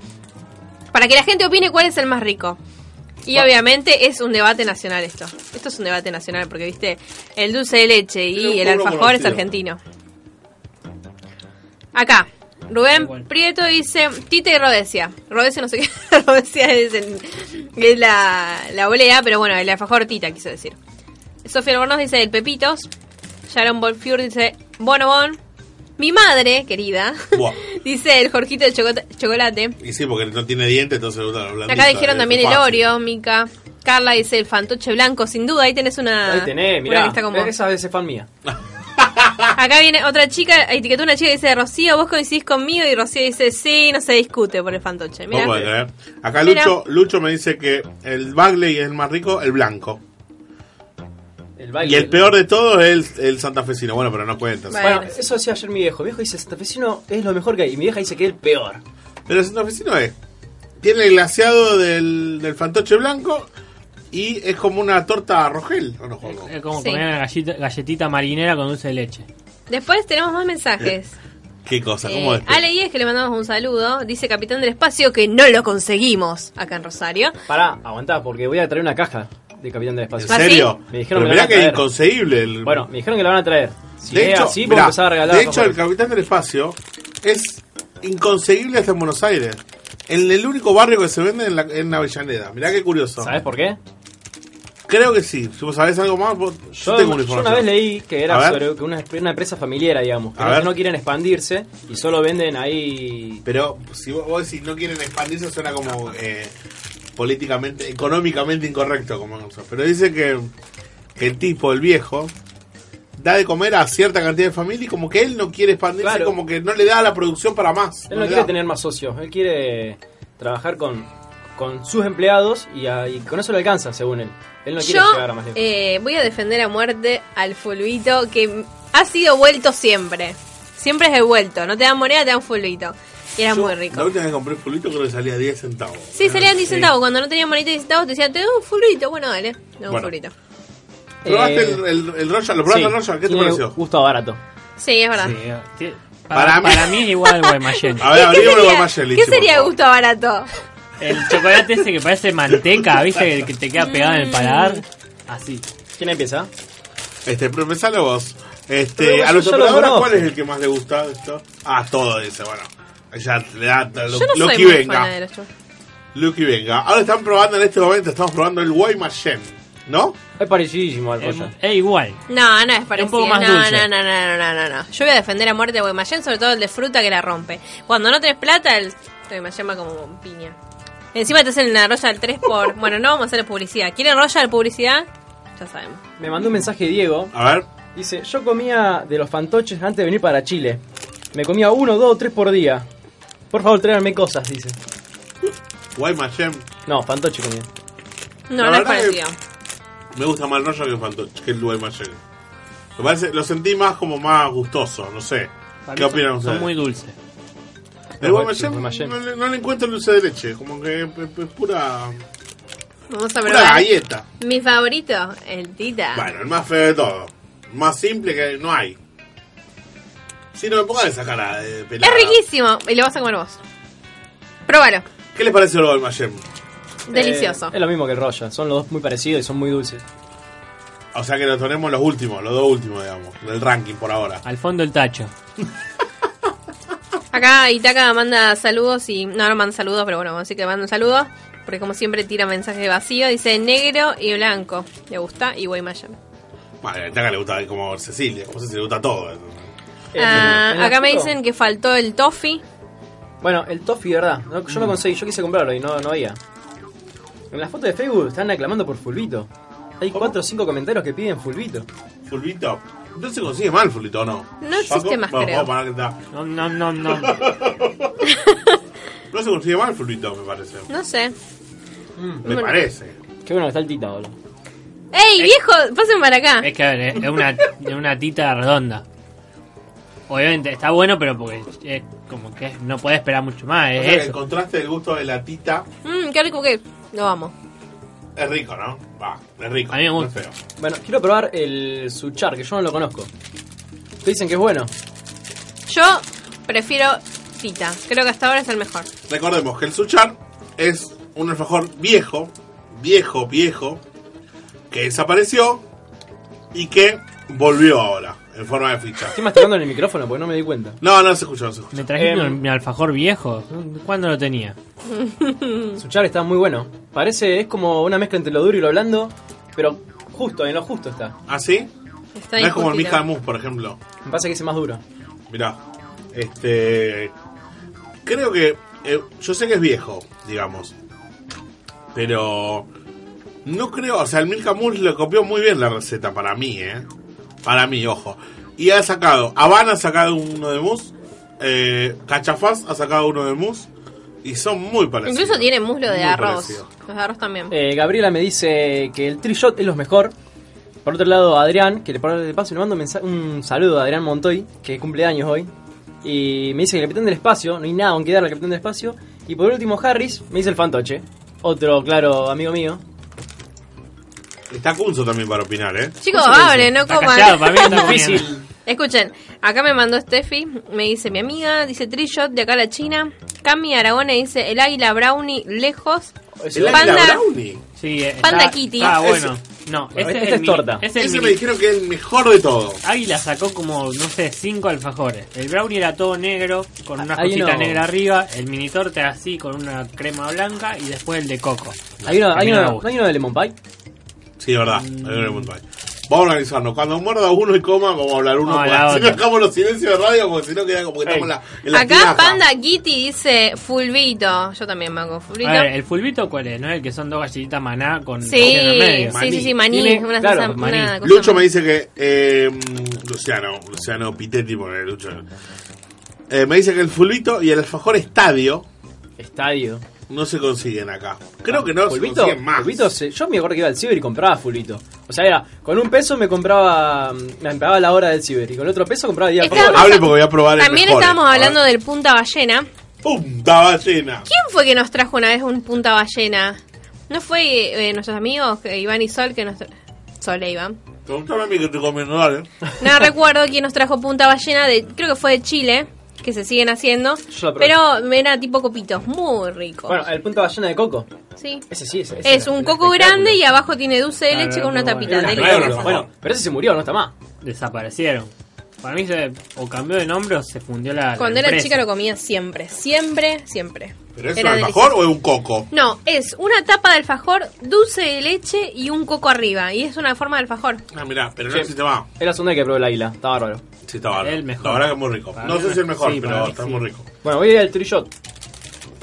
[SPEAKER 8] para que la gente opine cuál es el más rico. Y obviamente es un debate nacional esto. Esto es un debate nacional porque, viste, el dulce de leche
[SPEAKER 5] Pero
[SPEAKER 8] y
[SPEAKER 5] un
[SPEAKER 8] el
[SPEAKER 5] pueblo
[SPEAKER 8] alfajor es
[SPEAKER 5] conocido.
[SPEAKER 8] argentino. Acá, Rubén
[SPEAKER 7] Igual.
[SPEAKER 8] Prieto dice Tita y Rodesia. Rodesia no sé qué. Rodesia es, el- es la, la volea, pero bueno, el alfajor Tita quiso decir. Sofía Albornoz dice el Pepitos. Sharon Bolfiur dice Bonobon. Mi madre, querida,
[SPEAKER 5] Buah.
[SPEAKER 8] dice el Jorgito de choco- chocolate.
[SPEAKER 5] Y sí, porque no tiene dientes, entonces lo blandito,
[SPEAKER 8] Acá dijeron
[SPEAKER 5] eh, es
[SPEAKER 8] también el
[SPEAKER 5] fácil.
[SPEAKER 8] Oreo, Mica. Carla dice el fantoche blanco, sin duda, ahí tenés una,
[SPEAKER 6] Ahí tenés,
[SPEAKER 8] una
[SPEAKER 6] mirá.
[SPEAKER 8] lista como...
[SPEAKER 6] Esa veces es fan mía.
[SPEAKER 8] Acá viene otra chica, etiquetó una chica y dice, Rocío, vos coincidís conmigo y Rocío dice, sí, no se discute por el fantoche.
[SPEAKER 5] Vos podés
[SPEAKER 8] Mirá.
[SPEAKER 5] creer. Acá
[SPEAKER 8] Mira.
[SPEAKER 5] Lucho, Lucho me dice que el Bagley es el más rico, el blanco.
[SPEAKER 6] El baile.
[SPEAKER 5] Y el peor de todo es el, el santafesino. Bueno, pero no cuentas.
[SPEAKER 8] Vale.
[SPEAKER 6] Bueno, eso decía ayer mi viejo. Mi viejo dice, santafesino es lo mejor que hay. Y mi vieja dice que es el peor.
[SPEAKER 5] Pero el santafesino es. Tiene el glaseado del, del fantoche blanco y es como una torta rogel. ¿o no, Juanjo?
[SPEAKER 7] Es como
[SPEAKER 8] Sí.
[SPEAKER 7] comer una galleta- galletita marinera con dulce de leche.
[SPEAKER 8] Después tenemos más mensajes.
[SPEAKER 5] Qué cosa,
[SPEAKER 8] Eh,
[SPEAKER 5] ¿cómo es?
[SPEAKER 8] Ale y es que le mandamos un saludo. Dice Capitán del Espacio que no lo conseguimos acá en Rosario.
[SPEAKER 6] Pará, aguantá, porque voy a traer una caja de Capitán del
[SPEAKER 5] ¿En
[SPEAKER 6] Espacio.
[SPEAKER 8] ¿Ah, sí?
[SPEAKER 5] serio?
[SPEAKER 6] Me
[SPEAKER 5] Pero
[SPEAKER 6] dijeron que me
[SPEAKER 5] mirá
[SPEAKER 6] van a
[SPEAKER 5] que es
[SPEAKER 6] traer.
[SPEAKER 5] inconcebible. El...
[SPEAKER 6] Bueno, me dijeron que la van a traer. Si
[SPEAKER 5] de
[SPEAKER 6] es
[SPEAKER 5] hecho,
[SPEAKER 6] así,
[SPEAKER 5] mirá,
[SPEAKER 6] vamos a empezar a regalar.
[SPEAKER 5] de hecho
[SPEAKER 6] alfajores.
[SPEAKER 5] el Capitán del Espacio es inconcebible hasta en Buenos Aires. En el único barrio que se vende en, la, en Avellaneda. Mirá qué curioso.
[SPEAKER 6] ¿Sabés por qué?
[SPEAKER 5] Creo que sí. Si vos sabés algo más, vos- yo,
[SPEAKER 6] Yo,
[SPEAKER 5] tengo una
[SPEAKER 6] yo
[SPEAKER 5] información.
[SPEAKER 6] una vez leí que
[SPEAKER 5] A
[SPEAKER 6] era
[SPEAKER 5] ver.
[SPEAKER 6] sobre que una, una empresa familiar, digamos, que
[SPEAKER 5] A
[SPEAKER 6] no,
[SPEAKER 5] ver.
[SPEAKER 6] no quieren expandirse y solo venden ahí...
[SPEAKER 5] Pero si vos, vos decís no quieren expandirse, suena como eh, políticamente, económicamente incorrecto. como eso. Pero dice que, que el tipo, el viejo, da de comer a cierta cantidad de familia y como que él no quiere expandirse,
[SPEAKER 6] Claro.
[SPEAKER 5] como que no le da la producción para más.
[SPEAKER 6] Él no
[SPEAKER 5] le
[SPEAKER 6] quiere
[SPEAKER 5] da.
[SPEAKER 6] tener más socios, él quiere trabajar con, con sus empleados y, a- y con eso le alcanza, según él. Él no quiere
[SPEAKER 8] Yo
[SPEAKER 6] llegar a más lejos.
[SPEAKER 8] eh, voy a defender a muerte al fulbito que ha sido vuelto siempre. Siempre es devuelto. No te dan moneda, te dan fulbito. Y era
[SPEAKER 5] Yo,
[SPEAKER 8] muy
[SPEAKER 5] La
[SPEAKER 8] rico.
[SPEAKER 5] última vez que compré un fulbito creo que salía 10 centavos. Eh,
[SPEAKER 8] Sí, salían 10 centavos. Cuando no tenían moneda de 10 centavos, te decían, te doy un fulbito. Bueno, dale, te doy un
[SPEAKER 5] Bueno.
[SPEAKER 8] fulbito.
[SPEAKER 5] ¿Probaste
[SPEAKER 6] Eh,
[SPEAKER 5] el, el, el Royal? ¿Lo probaste
[SPEAKER 6] Sí,
[SPEAKER 5] el Royal? ¿Qué te
[SPEAKER 6] tiene
[SPEAKER 5] pareció?
[SPEAKER 6] Gusto a barato.
[SPEAKER 8] Sí, es verdad.
[SPEAKER 7] Sí, ti-
[SPEAKER 5] Para
[SPEAKER 7] para,
[SPEAKER 5] mí-
[SPEAKER 7] para mí es igual Guaymallén.
[SPEAKER 5] A ver,
[SPEAKER 8] ¿Qué
[SPEAKER 5] abrimos el Guaymallén,
[SPEAKER 8] sería, ¿qué
[SPEAKER 5] Lichi, por
[SPEAKER 8] sería
[SPEAKER 5] favor.
[SPEAKER 8] gusto barato?
[SPEAKER 7] El chocolate ese que parece manteca, ¿viste? El que te queda pegado en el paladar. Así.
[SPEAKER 6] ¿Quién empieza?
[SPEAKER 5] Este, pero pensalo vos.
[SPEAKER 6] Pero
[SPEAKER 5] Este,
[SPEAKER 6] vos
[SPEAKER 5] a los
[SPEAKER 6] ya lo
[SPEAKER 5] operadores,
[SPEAKER 6] conozco.
[SPEAKER 5] ¿cuál es el que más le gusta de esto? Ah, todo dice, bueno. Ya le da lo,
[SPEAKER 8] Yo no
[SPEAKER 5] lo
[SPEAKER 8] soy
[SPEAKER 5] que
[SPEAKER 8] muy fana
[SPEAKER 5] venga.
[SPEAKER 8] de los chocos.
[SPEAKER 5] Lo que venga. Ahora están probando en este momento, estamos probando el Guaymallén, ¿no?
[SPEAKER 6] Es parecidísimo al
[SPEAKER 7] Es,
[SPEAKER 6] pollo.
[SPEAKER 7] es igual.
[SPEAKER 8] No, no es parecido.
[SPEAKER 7] Un poco más
[SPEAKER 8] no,
[SPEAKER 7] dulce.
[SPEAKER 8] no, no, no, no, no, no. Yo voy a defender a muerte a Guaymallén, sobre todo el de fruta que la rompe. Cuando no tenés plata, el Guaymallén va como piña. Encima te hacen la Royal 3 por... bueno, no vamos a hacer publicidad. ¿Quieren Royal publicidad? Ya sabemos.
[SPEAKER 6] Me mandó un mensaje Diego.
[SPEAKER 5] A ver.
[SPEAKER 6] Dice, yo comía de los fantoches antes de venir para Chile. Me comía uno, dos, tres por día. Por favor, tráiganme cosas, dice.
[SPEAKER 5] Guaymallén.
[SPEAKER 6] No, fantoche comía.
[SPEAKER 5] La
[SPEAKER 8] No, no es
[SPEAKER 5] verdad que-
[SPEAKER 8] parecido.
[SPEAKER 5] Me gusta más el Royal que el Fantoche, que el Guaymallén. Me parece, lo sentí más como más gustoso, no sé.
[SPEAKER 7] Para
[SPEAKER 5] ¿Qué
[SPEAKER 7] mí son-
[SPEAKER 5] opinan
[SPEAKER 7] son,
[SPEAKER 5] ustedes?
[SPEAKER 7] muy dulces.
[SPEAKER 5] El guaymallén
[SPEAKER 6] guaymallén.
[SPEAKER 5] no, le- no le encuentro dulce de leche, como que es, es- es pura,
[SPEAKER 8] Vamos a
[SPEAKER 5] pura
[SPEAKER 8] probar.
[SPEAKER 5] galleta.
[SPEAKER 8] Mi favorito, el Tita.
[SPEAKER 5] Bueno, el más feo de todo. Más simple que no hay. Si no me pongan esa cara de pelada.
[SPEAKER 8] Es riquísimo. Y lo vas a comer vos. Próbalo.
[SPEAKER 5] ¿Qué les parece el Balmayem?
[SPEAKER 8] Delicioso.
[SPEAKER 6] Eh, es lo mismo que el Roya, son los dos muy parecidos y son muy dulces.
[SPEAKER 5] O sea que lo tenemos los últimos, los dos últimos, digamos, del ranking por ahora.
[SPEAKER 7] Al fondo el tacho.
[SPEAKER 8] Acá Itaca manda saludos y. No, no manda saludos, pero bueno, vamos a decir que manda un saludo. Porque como siempre tira mensaje vacío. Dice negro y blanco. Le gusta y Guaymallén.
[SPEAKER 5] Vale, a Taca le gusta como Cecilia, como Cecilia le gusta todo.
[SPEAKER 6] Eh,
[SPEAKER 8] Ah,
[SPEAKER 6] ¿en el
[SPEAKER 8] acá me
[SPEAKER 6] futuro?
[SPEAKER 8] dicen que faltó el toffee.
[SPEAKER 6] Bueno, el toffee, verdad. No, yo lo conseguí, yo quise comprarlo y no, no había. En las fotos de Facebook están aclamando por Fulvito. Hay cuatro o cinco comentarios que piden Fulvito.
[SPEAKER 5] Fulvito. No se consigue mal Fulvito, ¿o ¿no?
[SPEAKER 8] No existe más,
[SPEAKER 5] Vamos,
[SPEAKER 8] creo.
[SPEAKER 5] vamos a poner que está.
[SPEAKER 7] No, no, no, no.
[SPEAKER 5] No se consigue mal Fulvito, me parece.
[SPEAKER 8] No sé.
[SPEAKER 7] Mm.
[SPEAKER 5] Me
[SPEAKER 8] Bueno.
[SPEAKER 5] parece.
[SPEAKER 6] Qué bueno que está el Tita, boludo.
[SPEAKER 8] ¡Ey, viejo! Pasen para acá.
[SPEAKER 7] es que a ver, es es una, es una tita redonda. Obviamente está bueno, pero porque es como que no puedes esperar mucho más.
[SPEAKER 5] O
[SPEAKER 7] Es
[SPEAKER 5] sea que el
[SPEAKER 7] eso.
[SPEAKER 5] contraste del gusto de la tita
[SPEAKER 8] Mmm, qué rico que. Lo vamos.
[SPEAKER 5] es rico, ¿no? Va, es rico.
[SPEAKER 7] A mí me
[SPEAKER 5] no es
[SPEAKER 7] gusta.
[SPEAKER 5] feo.
[SPEAKER 6] Bueno, quiero probar el Suchar, que yo no lo conozco. Te dicen que es bueno.
[SPEAKER 8] Yo prefiero Tita. Creo que hasta ahora es el mejor.
[SPEAKER 5] Recordemos que el suchar es un alfajor viejo, viejo, viejo, que desapareció y que volvió ahora en forma de ficha.
[SPEAKER 6] Estoy masticando en el micrófono porque no me di cuenta.
[SPEAKER 5] No, no se escuchó, no se escuchó.
[SPEAKER 7] Me trajiste
[SPEAKER 6] Em.
[SPEAKER 7] mi alfajor viejo. ¿Cuándo lo tenía?
[SPEAKER 6] Suchar está muy bueno. Parece, es como una mezcla entre lo duro y lo blando, pero justo, en lo justo está.
[SPEAKER 5] ¿Ah, sí?
[SPEAKER 8] Está
[SPEAKER 5] No es como el
[SPEAKER 8] injustito.
[SPEAKER 5] Mika Mus, por ejemplo.
[SPEAKER 6] Me pasa que es el más duro.
[SPEAKER 5] Mirá, este. Creo que. eh, yo sé que es viejo, digamos. Pero. No creo. O sea, el Milka Mus le copió muy bien la receta para mí, ¿eh? Para mí, ojo. Y ha sacado. Habana ha sacado uno de mousse. Eh, Cachafaz ha sacado uno de mousse. Y son muy parecidos.
[SPEAKER 8] Incluso tiene muslo de
[SPEAKER 5] Muy
[SPEAKER 8] arroz.
[SPEAKER 5] parecidos.
[SPEAKER 8] Los de arroz también.
[SPEAKER 6] Eh, Gabriela me dice que el trishot es lo mejor. Por otro lado, Adrián, que le por- de paso le mando un mensa- un saludo a Adrián Montoy, que cumple años hoy. Y me dice que el capitán del espacio, no hay nada aunque dar al capitán del espacio. Y por último, Harris me dice el fantoche. Otro, claro, amigo mío.
[SPEAKER 5] Está Kunzo también para opinar, ¿eh?
[SPEAKER 8] Chicos, abre, no ¿eh?
[SPEAKER 7] Está
[SPEAKER 8] coman.
[SPEAKER 7] callado, para mí está
[SPEAKER 6] Difícil.
[SPEAKER 7] comiendo.
[SPEAKER 8] Escuchen, acá me mandó Steffi, me dice mi amiga, dice Trishot de acá a la China. Cami Aragone dice el águila brownie lejos.
[SPEAKER 5] El
[SPEAKER 8] Panda.
[SPEAKER 5] Águila Brownie.
[SPEAKER 7] Sí, eh,
[SPEAKER 8] Panda
[SPEAKER 7] está-
[SPEAKER 8] Kitty.
[SPEAKER 7] Está
[SPEAKER 5] Ese-
[SPEAKER 7] bueno. No,
[SPEAKER 6] Bueno,
[SPEAKER 7] ese
[SPEAKER 6] este es
[SPEAKER 7] mi-
[SPEAKER 6] torta.
[SPEAKER 7] ese es
[SPEAKER 5] Ese
[SPEAKER 7] mi-
[SPEAKER 5] me dijeron que es el mejor de todos.
[SPEAKER 7] Águila sacó como, no sé, cinco alfajores. El brownie era todo negro, con una
[SPEAKER 6] Hay
[SPEAKER 7] cosita
[SPEAKER 6] uno-
[SPEAKER 7] negra arriba. El mini torte así, con una crema blanca. Y después el de coco.
[SPEAKER 6] ¿Hay uno,
[SPEAKER 7] A
[SPEAKER 6] hay
[SPEAKER 7] mí no
[SPEAKER 6] uno-
[SPEAKER 7] me gusta.
[SPEAKER 6] ¿No hay uno de Lemon Pie?
[SPEAKER 5] Sí, es verdad. hay un punto ahí. Vamos a organizarnos. Cuando muerda uno y coma, vamos a hablar uno.
[SPEAKER 7] No,
[SPEAKER 5] porque
[SPEAKER 7] la
[SPEAKER 5] si no,
[SPEAKER 7] otra.
[SPEAKER 5] dejamos los silencios de radio, porque si no queda como que estamos en la, en la
[SPEAKER 8] Acá
[SPEAKER 5] tinaja.
[SPEAKER 8] Panda Kitty dice fulvito. Yo también me hago fulvito.
[SPEAKER 7] A ver, Ah, ¿el fulbito cuál es? ¿No es el que son dos galletitas maná con
[SPEAKER 8] Sí,
[SPEAKER 7] relleno en medio?
[SPEAKER 8] sí, sí, sí, maní.
[SPEAKER 6] Tiene-
[SPEAKER 8] una
[SPEAKER 6] claro,
[SPEAKER 8] salsa-
[SPEAKER 7] maní.
[SPEAKER 8] una cosa
[SPEAKER 5] Lucho me
[SPEAKER 8] más.
[SPEAKER 5] dice que. eh, Luciano, Luciano Pitetti, porque Lucho. Eh, me dice que el fulbito y el alfajor estadio
[SPEAKER 6] Estadio.
[SPEAKER 5] no se consiguen acá. Creo que no se
[SPEAKER 6] Fulvito,
[SPEAKER 5] consiguen más.
[SPEAKER 6] Fulvito se- yo me acuerdo que iba al ciber y compraba fulvito. O sea, era, con un peso me compraba, mm, me pagaba la hora del ciber y con el otro peso compraba día por
[SPEAKER 8] Estaba-
[SPEAKER 6] hora.
[SPEAKER 5] Hable porque voy a probar el
[SPEAKER 8] También
[SPEAKER 5] mejor,
[SPEAKER 8] estábamos
[SPEAKER 5] eh.
[SPEAKER 8] hablando
[SPEAKER 5] A ver.
[SPEAKER 8] del punta ballena.
[SPEAKER 5] ¡Pum! Estaba llena.
[SPEAKER 8] ¿Quién fue que nos trajo una vez un punta ballena? ¿No fue eh, nuestros amigos eh, Iván y Sol que nos tra- Sol e Iván.
[SPEAKER 5] Pregúntame a mí que te comiendo, dale.
[SPEAKER 8] No recuerdo quién nos trajo punta ballena, de, creo que fue de Chile, que se siguen haciendo.
[SPEAKER 6] Yo la probé.
[SPEAKER 8] Pero era tipo copitos, muy rico.
[SPEAKER 6] Bueno, el punto ballena de coco.
[SPEAKER 8] sí.
[SPEAKER 6] Ese sí, ese. ese
[SPEAKER 8] Es
[SPEAKER 6] era
[SPEAKER 8] un coco
[SPEAKER 6] espectáculo.
[SPEAKER 8] grande y abajo tiene dulce de
[SPEAKER 7] Claro,
[SPEAKER 8] leche con una
[SPEAKER 7] muy
[SPEAKER 8] tapita.
[SPEAKER 7] bueno.
[SPEAKER 8] de
[SPEAKER 5] Claro,
[SPEAKER 8] leche.
[SPEAKER 5] por favor.
[SPEAKER 6] Bueno, pero ese se murió, no está más.
[SPEAKER 7] Desaparecieron. Para mí se, o cambió de nombre o se fundió la. la
[SPEAKER 8] Cuando era
[SPEAKER 7] empresa.
[SPEAKER 8] chica lo comía siempre, siempre, siempre.
[SPEAKER 5] ¿Pero es
[SPEAKER 8] Era
[SPEAKER 5] un alfajor
[SPEAKER 8] delicioso.
[SPEAKER 5] o es un coco?
[SPEAKER 8] No, es una tapa de alfajor, dulce de leche y un coco arriba. Y es una forma de alfajor.
[SPEAKER 5] Ah, mirá, pero no
[SPEAKER 6] Sí.
[SPEAKER 5] existe más.
[SPEAKER 6] Es la segunda vez que probé la isla, está bárbaro.
[SPEAKER 5] Sí, está bárbaro.
[SPEAKER 7] El mejor.
[SPEAKER 5] La verdad que es muy rico.
[SPEAKER 7] Para
[SPEAKER 5] no
[SPEAKER 7] mí
[SPEAKER 5] sé
[SPEAKER 7] es-
[SPEAKER 5] si el mejor,
[SPEAKER 7] sí, para
[SPEAKER 5] pero
[SPEAKER 7] mí
[SPEAKER 5] está
[SPEAKER 7] sí.
[SPEAKER 5] muy rico.
[SPEAKER 6] Bueno, voy a ir al trillot.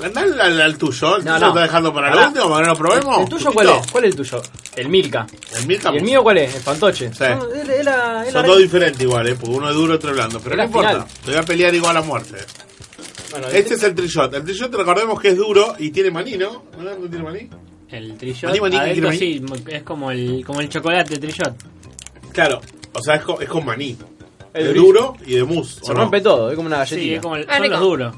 [SPEAKER 5] Andá al, al- al tuyo, el tuyo
[SPEAKER 6] No, no.
[SPEAKER 5] lo está dejando para el
[SPEAKER 6] Pará.
[SPEAKER 5] último, para que no lo probemos.
[SPEAKER 6] ¿El tuyo cuál es? ¿Cuál es el tuyo? El Milka.
[SPEAKER 5] El mío
[SPEAKER 6] ¿Y el
[SPEAKER 5] tampoco.
[SPEAKER 6] mío cuál es? El Fantoche.
[SPEAKER 5] Sí.
[SPEAKER 6] No, es- es la-
[SPEAKER 7] Ah,
[SPEAKER 6] es la
[SPEAKER 5] Son
[SPEAKER 6] re-
[SPEAKER 5] dos diferentes igual, ¿eh? porque uno es duro y otro es blando. Pero
[SPEAKER 6] Es
[SPEAKER 5] no
[SPEAKER 6] la
[SPEAKER 5] importa,
[SPEAKER 6] final.
[SPEAKER 5] te voy a pelear igual a muerte.
[SPEAKER 6] Bueno, el-
[SPEAKER 5] Este es el trillot. El trillot recordemos que es duro y tiene maní, ¿no? ¿No no tiene maní?
[SPEAKER 7] El trillot.
[SPEAKER 5] Maní, maní,
[SPEAKER 7] adentro
[SPEAKER 5] maní.
[SPEAKER 7] sí, mo- es como el, como el chocolate trillot.
[SPEAKER 5] Claro, o sea, es con, es con maní. de
[SPEAKER 6] gris.
[SPEAKER 5] duro y de mousse. ¿o
[SPEAKER 6] Se
[SPEAKER 5] no?
[SPEAKER 6] rompe todo, es como una
[SPEAKER 7] Sí,
[SPEAKER 6] galletita.
[SPEAKER 7] es como el,
[SPEAKER 8] Ah,
[SPEAKER 7] son los
[SPEAKER 8] rico.
[SPEAKER 7] duros.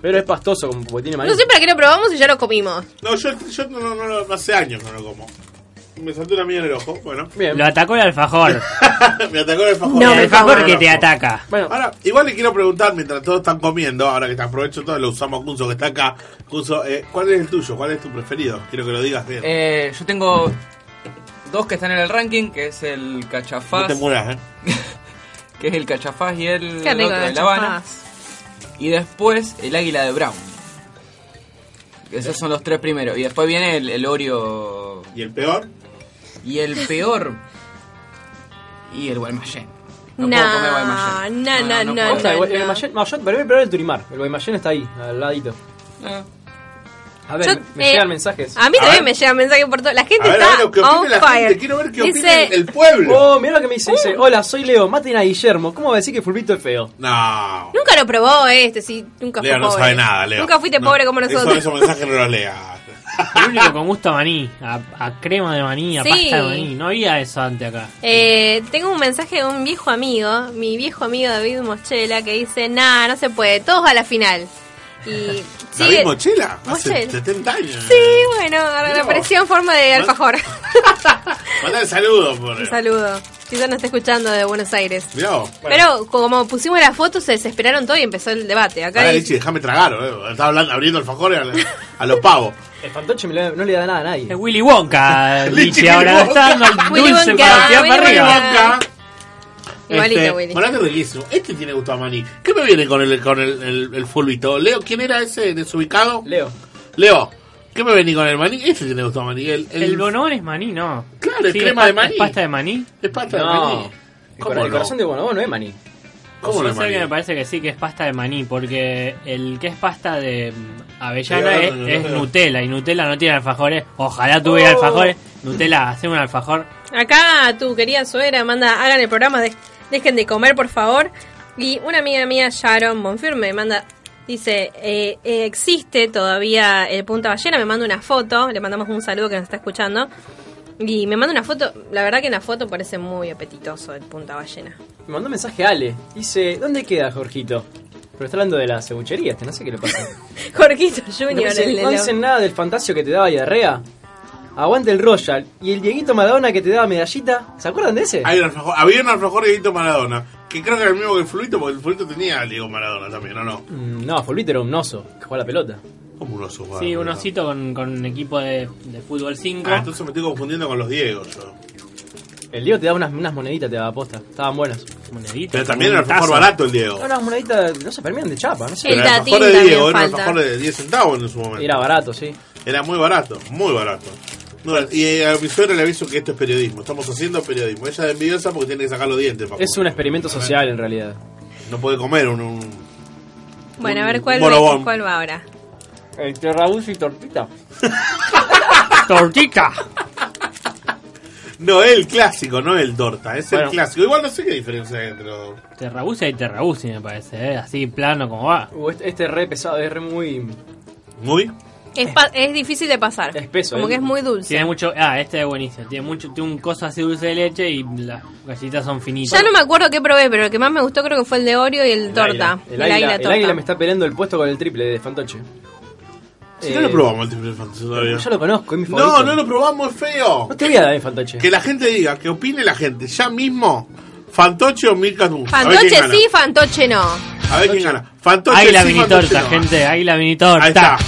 [SPEAKER 6] Pero es pastoso, como porque tiene maíz.
[SPEAKER 8] No sé para qué lo probamos y ya lo comimos.
[SPEAKER 5] No, yo, yo no, no, no, no- hace años que no lo como. Me saltó una mía en el ojo, bueno.
[SPEAKER 6] Bien.
[SPEAKER 7] Lo atacó el alfajor.
[SPEAKER 5] me atacó el fajón.
[SPEAKER 7] el alfajor que te ataca.
[SPEAKER 6] Bueno,
[SPEAKER 5] Ahora, igual le quiero preguntar, mientras todos están comiendo, ahora que te aprovecho todo, lo usamos a Kunzo que está acá. Kunzo, eh, ¿cuál es el tuyo? ¿Cuál es tu preferido? Quiero que lo digas bien.
[SPEAKER 9] Eh, yo tengo dos que están en el ranking, que es el
[SPEAKER 5] no
[SPEAKER 9] cachafaz,
[SPEAKER 5] te mueras, ¿eh?
[SPEAKER 9] que es el cachafaz y el,
[SPEAKER 8] Qué
[SPEAKER 9] el
[SPEAKER 8] rico
[SPEAKER 9] otro de
[SPEAKER 8] la
[SPEAKER 9] La Habana.
[SPEAKER 8] chafás.
[SPEAKER 9] Y después el águila de Brown. Esos son los tres primeros. Y después viene el, el Oreo
[SPEAKER 5] ¿Y el peor?
[SPEAKER 9] y el peor. Y el Guaymallén. No puedo comer
[SPEAKER 8] No, no,
[SPEAKER 9] Guaymallén.
[SPEAKER 8] no, no,
[SPEAKER 9] puedo.
[SPEAKER 6] o sea, el
[SPEAKER 8] no.
[SPEAKER 6] guay- el Guaymallén- no, yo para mí probar el Turimar. El Guaymallén está ahí, al ladito.
[SPEAKER 9] Ah.
[SPEAKER 6] A ver,
[SPEAKER 8] Yo,
[SPEAKER 6] me- me
[SPEAKER 8] eh,
[SPEAKER 6] llegan mensajes.
[SPEAKER 8] A mí
[SPEAKER 5] A
[SPEAKER 8] también
[SPEAKER 5] ver.
[SPEAKER 8] me llegan mensajes por todo. La gente
[SPEAKER 5] A ver, a
[SPEAKER 8] está
[SPEAKER 5] ver lo que
[SPEAKER 8] on
[SPEAKER 5] opine la
[SPEAKER 8] fire.
[SPEAKER 5] gente. Quiero ver qué opina
[SPEAKER 8] Dice,
[SPEAKER 5] el pueblo.
[SPEAKER 6] Oh, mira lo que me dice. Dice, hola, soy Leo, maten a Guillermo. ¿Cómo va a decir que Fulvito es feo?
[SPEAKER 5] No.
[SPEAKER 8] Nunca lo probó este, sí, nunca
[SPEAKER 5] Leo
[SPEAKER 8] fue
[SPEAKER 5] no
[SPEAKER 8] pobre.
[SPEAKER 5] sabe nada, Leo.
[SPEAKER 8] Nunca fuiste
[SPEAKER 5] No,
[SPEAKER 8] pobre como
[SPEAKER 5] eso-
[SPEAKER 8] nosotros.
[SPEAKER 5] Esos mensajes no los lea.
[SPEAKER 7] El único con gusto a maní, a, a crema de maní, a
[SPEAKER 8] Sí.
[SPEAKER 7] pasta de maní. No había eso antes acá.
[SPEAKER 8] Eh, tengo un mensaje de un viejo amigo, mi viejo amigo David Mochela, que dice, nah, no se puede, todos a la final. Y
[SPEAKER 5] David
[SPEAKER 8] sigue...
[SPEAKER 5] Mochela, hace
[SPEAKER 8] Mochela.
[SPEAKER 5] 70 años.
[SPEAKER 8] Sí, bueno,
[SPEAKER 5] Mirá
[SPEAKER 8] apareció en forma de
[SPEAKER 5] Bueno.
[SPEAKER 8] alfajor.
[SPEAKER 5] Mandale saludos, por
[SPEAKER 8] un saludo. Quizás no esté escuchando de Buenos Aires.
[SPEAKER 5] Mirá vos.
[SPEAKER 8] Pero como pusimos la foto, se desesperaron todos y empezó el debate. Acá
[SPEAKER 5] Pará,
[SPEAKER 8] dice-
[SPEAKER 5] Lichi, déjame tragar. eh. Estaba hablando, abriendo el fajor a, a los pavos.
[SPEAKER 6] El fantoche me lo- no le da nada a
[SPEAKER 7] Es
[SPEAKER 6] nadie.
[SPEAKER 7] Willy Wonka,
[SPEAKER 5] Lichi,
[SPEAKER 7] Lichi, ahora
[SPEAKER 5] Willy
[SPEAKER 7] está dando el
[SPEAKER 8] Willy
[SPEAKER 7] dulce
[SPEAKER 8] Wonka,
[SPEAKER 7] para tirar para
[SPEAKER 8] Willy
[SPEAKER 7] arriba.
[SPEAKER 8] Wonka. Igualito,
[SPEAKER 5] este,
[SPEAKER 8] Willy.
[SPEAKER 5] Morante riquísimo. Este tiene gusto a maní. ¿Qué me viene con el, con el, el, el fulbito? Leo, ¿quién era ese desubicado?
[SPEAKER 6] Leo.
[SPEAKER 5] Leo, ¿qué me viene con el maní? Este tiene gusto a maní. El, el-
[SPEAKER 7] El bonobón es maní, ¿no?
[SPEAKER 5] Claro, es
[SPEAKER 7] Sí,
[SPEAKER 5] crema
[SPEAKER 7] pa-
[SPEAKER 5] de maní.
[SPEAKER 7] Es pasta de maní.
[SPEAKER 5] Es pasta de
[SPEAKER 6] No.
[SPEAKER 5] maní.
[SPEAKER 6] El
[SPEAKER 5] ¿Cómo
[SPEAKER 6] cora- El
[SPEAKER 5] no?
[SPEAKER 6] corazón de eh, Bonobón no es maní.
[SPEAKER 5] ¿Cómo
[SPEAKER 7] no
[SPEAKER 5] lo
[SPEAKER 7] sé que me
[SPEAKER 5] maní?
[SPEAKER 7] parece que sí, que es pasta de maní, porque el que es pasta de mm, avellana
[SPEAKER 5] Sí,
[SPEAKER 7] es,
[SPEAKER 5] no, no,
[SPEAKER 7] es
[SPEAKER 5] no. Oh.
[SPEAKER 7] Nutella, y Nutella no tiene alfajores. Ojalá tuviera alfajores. Nutella, hace un alfajor.
[SPEAKER 8] Acá tu querida suegra manda, hagan el programa, de- dejen de comer por favor. Y una amiga mía, Sharon Monfirme, manda, dice, eh, eh, existe todavía el punta ballena, me manda una foto, le mandamos un saludo que nos está escuchando. Y me manda una foto, la verdad que en la foto parece muy apetitoso el punta ballena.
[SPEAKER 6] Me mandó un mensaje a Ale. Dice, ¿dónde queda Jorgito? Pero está hablando de las cebucherías, que no sé qué le pasa.
[SPEAKER 8] Jorgito
[SPEAKER 6] No,
[SPEAKER 8] Junior,
[SPEAKER 6] dicen-
[SPEAKER 8] el de
[SPEAKER 6] no
[SPEAKER 8] la-
[SPEAKER 6] dicen nada del fantasio que te daba diarrea. Aguante el Royal. ¿Y el Dieguito Maradona que te daba medallita? ¿Se acuerdan de ese?
[SPEAKER 5] Hay un alfajor- había un alfajor de Dieguito Maradona, que creo que era el mismo que el fulbito, porque el fulbito tenía a Diego Maradona también, ¿o no?
[SPEAKER 6] Mm, No, Fulvito era un oso que jugaba a la pelota.
[SPEAKER 5] Como un oso.
[SPEAKER 7] Sí,
[SPEAKER 5] bárbaro.
[SPEAKER 7] un osito con, con un equipo de, de fútbol 5.
[SPEAKER 5] Ah, entonces me estoy confundiendo con los Diegos yo.
[SPEAKER 6] El Diego te daba unas, unas moneditas, te daba posta. Estaban buenas.
[SPEAKER 7] Monedita,
[SPEAKER 5] Pero también
[SPEAKER 7] un
[SPEAKER 5] era el alfajor
[SPEAKER 7] tazo.
[SPEAKER 5] barato el Diego.
[SPEAKER 6] No, unas moneditas, no se permían de chapa, no sé.
[SPEAKER 5] Pero
[SPEAKER 8] El
[SPEAKER 5] el
[SPEAKER 8] datín
[SPEAKER 5] alfajor de
[SPEAKER 8] también
[SPEAKER 5] Diego era un
[SPEAKER 8] falta.
[SPEAKER 5] alfajor de 10 centavos en su momento.
[SPEAKER 6] Era barato, sí.
[SPEAKER 5] Era muy barato, muy barato. No, y eh, a mi suegra le aviso que esto es periodismo. Estamos haciendo periodismo. Ella es envidiosa porque tiene que sacar los dientes. para
[SPEAKER 6] Es
[SPEAKER 5] comer.
[SPEAKER 6] un experimento social en realidad.
[SPEAKER 5] No puede comer un. un-
[SPEAKER 8] Bueno, a ver cuál,
[SPEAKER 5] Bonobón.
[SPEAKER 8] cuál va ahora.
[SPEAKER 6] Entre rabuzo y tortita.
[SPEAKER 7] Tortita.
[SPEAKER 5] No, el clásico, no el torta. Es el
[SPEAKER 6] Bueno.
[SPEAKER 5] clásico. Igual no sé qué diferencia hay entre los dos.
[SPEAKER 7] Terrabusi y terrabusi me parece, ¿eh? así plano como va.
[SPEAKER 6] Uh, este, este es re pesado, es re muy
[SPEAKER 5] Muy.
[SPEAKER 8] Es, pa- es difícil de pasar.
[SPEAKER 6] Eh. Espeso, ¿eh?
[SPEAKER 8] Como que es muy dulce.
[SPEAKER 7] Tiene mucho, ah, este es buenísimo. Tiene mucho, tiene un coso así dulce de leche y las galletitas son finitas.
[SPEAKER 8] Ya no me acuerdo qué probé, pero el que más me gustó creo que fue el de Oreo y el, torta.
[SPEAKER 6] águila. El, águila, el
[SPEAKER 8] torta.
[SPEAKER 6] águila me está peleando el puesto con el triple de Fantoche.
[SPEAKER 5] Si
[SPEAKER 6] Eh,
[SPEAKER 5] no lo probamos el triple fantasy todavía.
[SPEAKER 6] Yo lo conozco, es mi favorito.
[SPEAKER 5] No, no lo probamos, es feo.
[SPEAKER 6] No te voy a dar el Fantoche.
[SPEAKER 5] Que la gente diga, que opine la gente. Ya mismo, Fantoche o Milka Dun. A ver quién
[SPEAKER 8] Fantoche
[SPEAKER 5] gana.
[SPEAKER 8] sí, Fantoche no.
[SPEAKER 6] Ah.
[SPEAKER 5] A ver quién gana. Fantoche
[SPEAKER 7] Águila
[SPEAKER 5] sí,
[SPEAKER 7] mini
[SPEAKER 5] Fantoche
[SPEAKER 7] torta,
[SPEAKER 5] no.
[SPEAKER 7] gente, águila mini
[SPEAKER 5] Ahí está.
[SPEAKER 7] torta.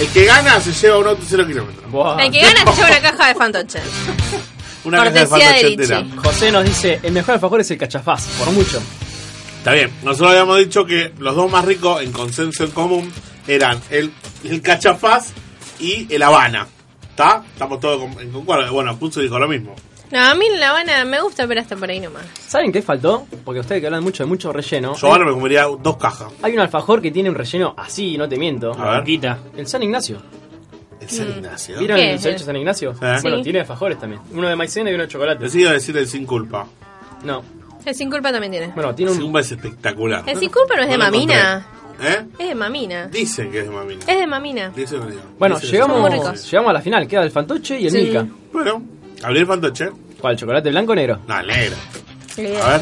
[SPEAKER 5] El que gana se lleva un auto cero kilómetros.
[SPEAKER 6] Buah.
[SPEAKER 8] El que gana se lleva una caja de Fantoche.
[SPEAKER 5] Una caja de
[SPEAKER 8] Cortesía de
[SPEAKER 5] Fantoche
[SPEAKER 8] Lichi.
[SPEAKER 5] entera.
[SPEAKER 6] José nos dice, el mejor alfajor es el cachafaz, por mucho.
[SPEAKER 5] Está bien, nosotros habíamos dicho que los dos más ricos en consenso en común eran el, el Cachafaz y el Habana. ¿Está? Estamos todos con- en concuerdo. Bueno, Pulso dijo lo mismo.
[SPEAKER 8] No, a mí La Habana me gusta, pero hasta por ahí nomás.
[SPEAKER 6] ¿Saben qué faltó? Porque ustedes que hablan mucho de mucho relleno.
[SPEAKER 5] Yo ahora me comería dos cajas.
[SPEAKER 6] Hay un alfajor que tiene un relleno así, no te miento.
[SPEAKER 5] A ver.
[SPEAKER 7] Quita.
[SPEAKER 6] El San Ignacio.
[SPEAKER 5] El San Ignacio.
[SPEAKER 6] ¿Vieron
[SPEAKER 8] ¿Qué
[SPEAKER 6] el
[SPEAKER 8] es?
[SPEAKER 6] ceviche San Ignacio?
[SPEAKER 5] Sí.
[SPEAKER 6] Bueno,
[SPEAKER 8] Sí.
[SPEAKER 6] tiene alfajores también. Uno de maicena y uno de chocolate.
[SPEAKER 5] Decido decir el sin culpa.
[SPEAKER 6] No.
[SPEAKER 8] El sin culpa también tiene.
[SPEAKER 6] Bueno, tiene
[SPEAKER 5] Sin
[SPEAKER 6] un...
[SPEAKER 5] culpa es espectacular.
[SPEAKER 8] El sin culpa no es de
[SPEAKER 5] lo
[SPEAKER 8] mamina.
[SPEAKER 5] encontré. ¿Eh?
[SPEAKER 8] Es de mamina.
[SPEAKER 5] Dicen que es de mamina.
[SPEAKER 8] Es de mamina.
[SPEAKER 5] Dicen que no.
[SPEAKER 6] Bueno,
[SPEAKER 5] Dicen que
[SPEAKER 8] muy
[SPEAKER 5] es de
[SPEAKER 6] llegamos,
[SPEAKER 8] ricos.
[SPEAKER 5] mamina.
[SPEAKER 6] llegamos a la final. Queda el fantoche y el
[SPEAKER 8] Sí.
[SPEAKER 6] milka.
[SPEAKER 5] Bueno, abrí el Fantoche.
[SPEAKER 6] ¿Cuál? ¿Chocolate blanco o negro?
[SPEAKER 5] No, negro.
[SPEAKER 8] Sí.
[SPEAKER 5] A ver.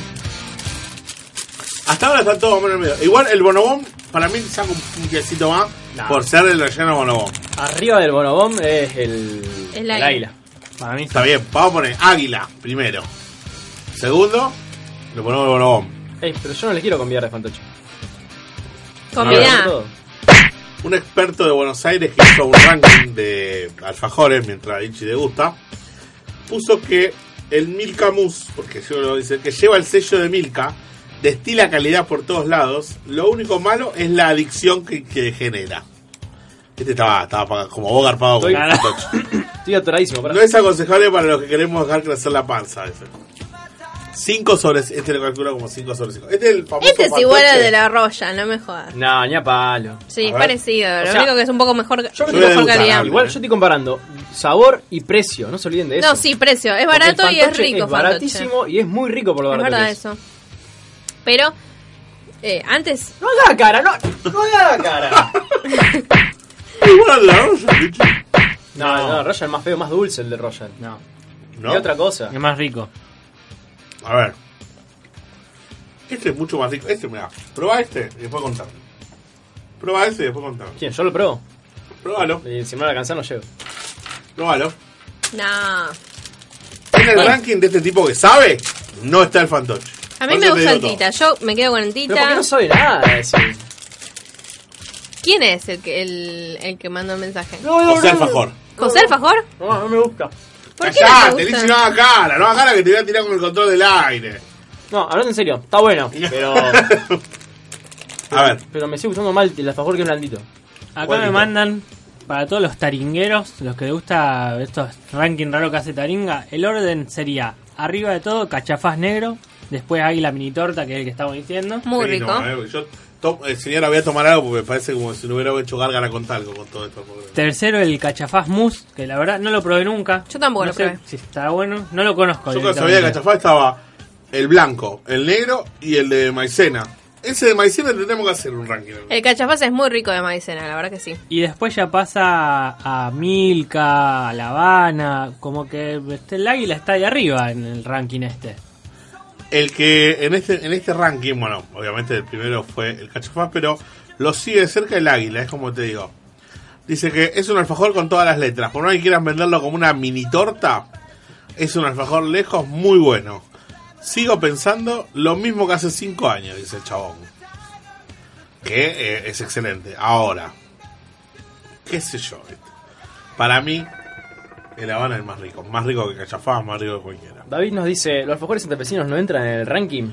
[SPEAKER 5] Hasta ahora está todo más o menos en medio. Igual el bonobón, para mí saca un, un quesito más
[SPEAKER 6] Nah.
[SPEAKER 5] por ser el relleno bonobón.
[SPEAKER 6] Arriba del bonobón es el,
[SPEAKER 8] El
[SPEAKER 6] el
[SPEAKER 8] águila.
[SPEAKER 6] águila. Para mí
[SPEAKER 5] Está bien, vamos a poner águila primero. Segundo, lo ponemos el bonobón.
[SPEAKER 6] Ey, pero yo no le quiero cambiar de fantoche.
[SPEAKER 8] Ah, Combiná.
[SPEAKER 6] Todo.
[SPEAKER 5] Un experto de Buenos Aires que hizo un ranking de alfajores mientras Ichi degusta, puso que el Milka Mousse, porque yo lo dice, que lleva el sello de Milka, destila calidad por todos lados. Lo único malo es la adicción que, que genera. Este estaba, estaba pa- como vos garpado con el
[SPEAKER 6] Estoy-
[SPEAKER 5] fantoche.
[SPEAKER 6] Estoy atoradísimo. pará.
[SPEAKER 5] No es aconsejable para los que queremos dejar crecer la panza. 5 sobre. Este lo calcula como 5 sobre 5. Este es el famoso.
[SPEAKER 8] Este es
[SPEAKER 5] fantoche.
[SPEAKER 8] igual al de la roya, no me jodas.
[SPEAKER 6] No, ni a palo.
[SPEAKER 8] Sí,
[SPEAKER 5] A
[SPEAKER 8] es
[SPEAKER 5] ver.
[SPEAKER 8] parecido. Lo
[SPEAKER 6] O sea,
[SPEAKER 8] único que es un poco mejor,
[SPEAKER 6] yo
[SPEAKER 5] voy a
[SPEAKER 6] me
[SPEAKER 8] mejor
[SPEAKER 5] degustar
[SPEAKER 8] calidad.
[SPEAKER 5] algo.
[SPEAKER 6] Igual yo estoy comparando sabor y precio, no se olviden de eso.
[SPEAKER 8] No, sí, precio.
[SPEAKER 6] Porque
[SPEAKER 8] Es
[SPEAKER 6] el
[SPEAKER 8] barato y es
[SPEAKER 6] fantoche
[SPEAKER 8] rico,
[SPEAKER 6] Es
[SPEAKER 8] fantoche.
[SPEAKER 6] baratísimo y es muy rico por lo
[SPEAKER 8] Es
[SPEAKER 6] barato.
[SPEAKER 8] verdad
[SPEAKER 6] que es.
[SPEAKER 8] eso. Pero, eh, antes
[SPEAKER 6] No haga la cara, no, no haga la cara.
[SPEAKER 5] Igual al de la rosa, bicho.
[SPEAKER 6] No, no, Royal es más feo, más dulce el de Royal.
[SPEAKER 7] No,
[SPEAKER 5] ¿No?
[SPEAKER 6] Y otra cosa.
[SPEAKER 7] es más rico.
[SPEAKER 5] A ver. Este es mucho más rico. Este, mira. Proba este y después contame. Proba este y después contame.
[SPEAKER 6] ¿Quién? Yo lo pruebo.
[SPEAKER 5] Próbalo.
[SPEAKER 6] Y si no lo alcanza, no llego.
[SPEAKER 5] Próbalo.
[SPEAKER 8] No. A
[SPEAKER 5] En el ranking de este tipo que sabe, no está el fantoche.
[SPEAKER 8] mí
[SPEAKER 5] Por
[SPEAKER 8] me
[SPEAKER 5] eso te
[SPEAKER 8] gusta el
[SPEAKER 5] digo todo.
[SPEAKER 8] Tita. Yo me quedo con el
[SPEAKER 6] Pero porque
[SPEAKER 8] Tita.
[SPEAKER 6] no sabe nada. ese.
[SPEAKER 8] ¿Quién es el que, el, el que mandó el mensaje?
[SPEAKER 6] No, no,
[SPEAKER 5] O sea,
[SPEAKER 6] no, no.
[SPEAKER 5] alfajor.
[SPEAKER 8] ¿José Alfajor?
[SPEAKER 6] No, no me gusta.
[SPEAKER 8] ¿Por qué no te
[SPEAKER 5] Callate, Lichi,
[SPEAKER 8] gusta?
[SPEAKER 5] no haga cara. No haga cara que te voy a tirar con el control del aire.
[SPEAKER 6] No, hablando en serio, está bueno. Pero,
[SPEAKER 5] A ver.
[SPEAKER 6] pero me sigue gustando mal el alfajor que es blandito.
[SPEAKER 7] Acá
[SPEAKER 5] Juanito.
[SPEAKER 7] me mandan para todos los taringueros, los que les gusta estos ranking raro que hace Taringa, el orden sería arriba de todo cachafaz negro, después águila mini torta, que es el que estamos diciendo.
[SPEAKER 8] Muy
[SPEAKER 5] Sí,
[SPEAKER 8] rico.
[SPEAKER 5] no, eh, yo to- eh, señora, voy a tomar algo porque me parece como si no hubiera hecho gárgara con talco con todo esto. porque-
[SPEAKER 7] Tercero el cachafaz mousse, que la verdad no lo probé nunca.
[SPEAKER 8] Yo tampoco
[SPEAKER 7] No
[SPEAKER 8] lo
[SPEAKER 7] sé
[SPEAKER 8] probé.
[SPEAKER 7] Si está bueno, no lo conozco.
[SPEAKER 5] Yo cuando sabía que
[SPEAKER 7] directamente.
[SPEAKER 5] Cachafá estaba el blanco, el negro y el de maicena. Ese de maicena tenemos que hacer un ranking.
[SPEAKER 8] El cachafaz es muy rico de maicena, la verdad que sí.
[SPEAKER 7] Y después ya pasa a Milka, a La Habana, como que este, el águila está ahí arriba en el ranking este.
[SPEAKER 5] El que en este en este ranking, bueno, obviamente el primero fue el Cachafá, pero lo sigue de cerca el águila, es como te digo. Dice que es un alfajor con todas las letras. Por más que quieran venderlo como una mini torta, es un alfajor lejos muy bueno. Sigo pensando lo mismo que hace cinco años, dice el chabón. Que eh, es excelente. Ahora, qué sé yo. ¿viste? Para mí, el Habana es el más rico. Más rico que Cachafá, más rico que cualquiera.
[SPEAKER 6] David nos dice, los alfajores santafesinos no entran en el ranking.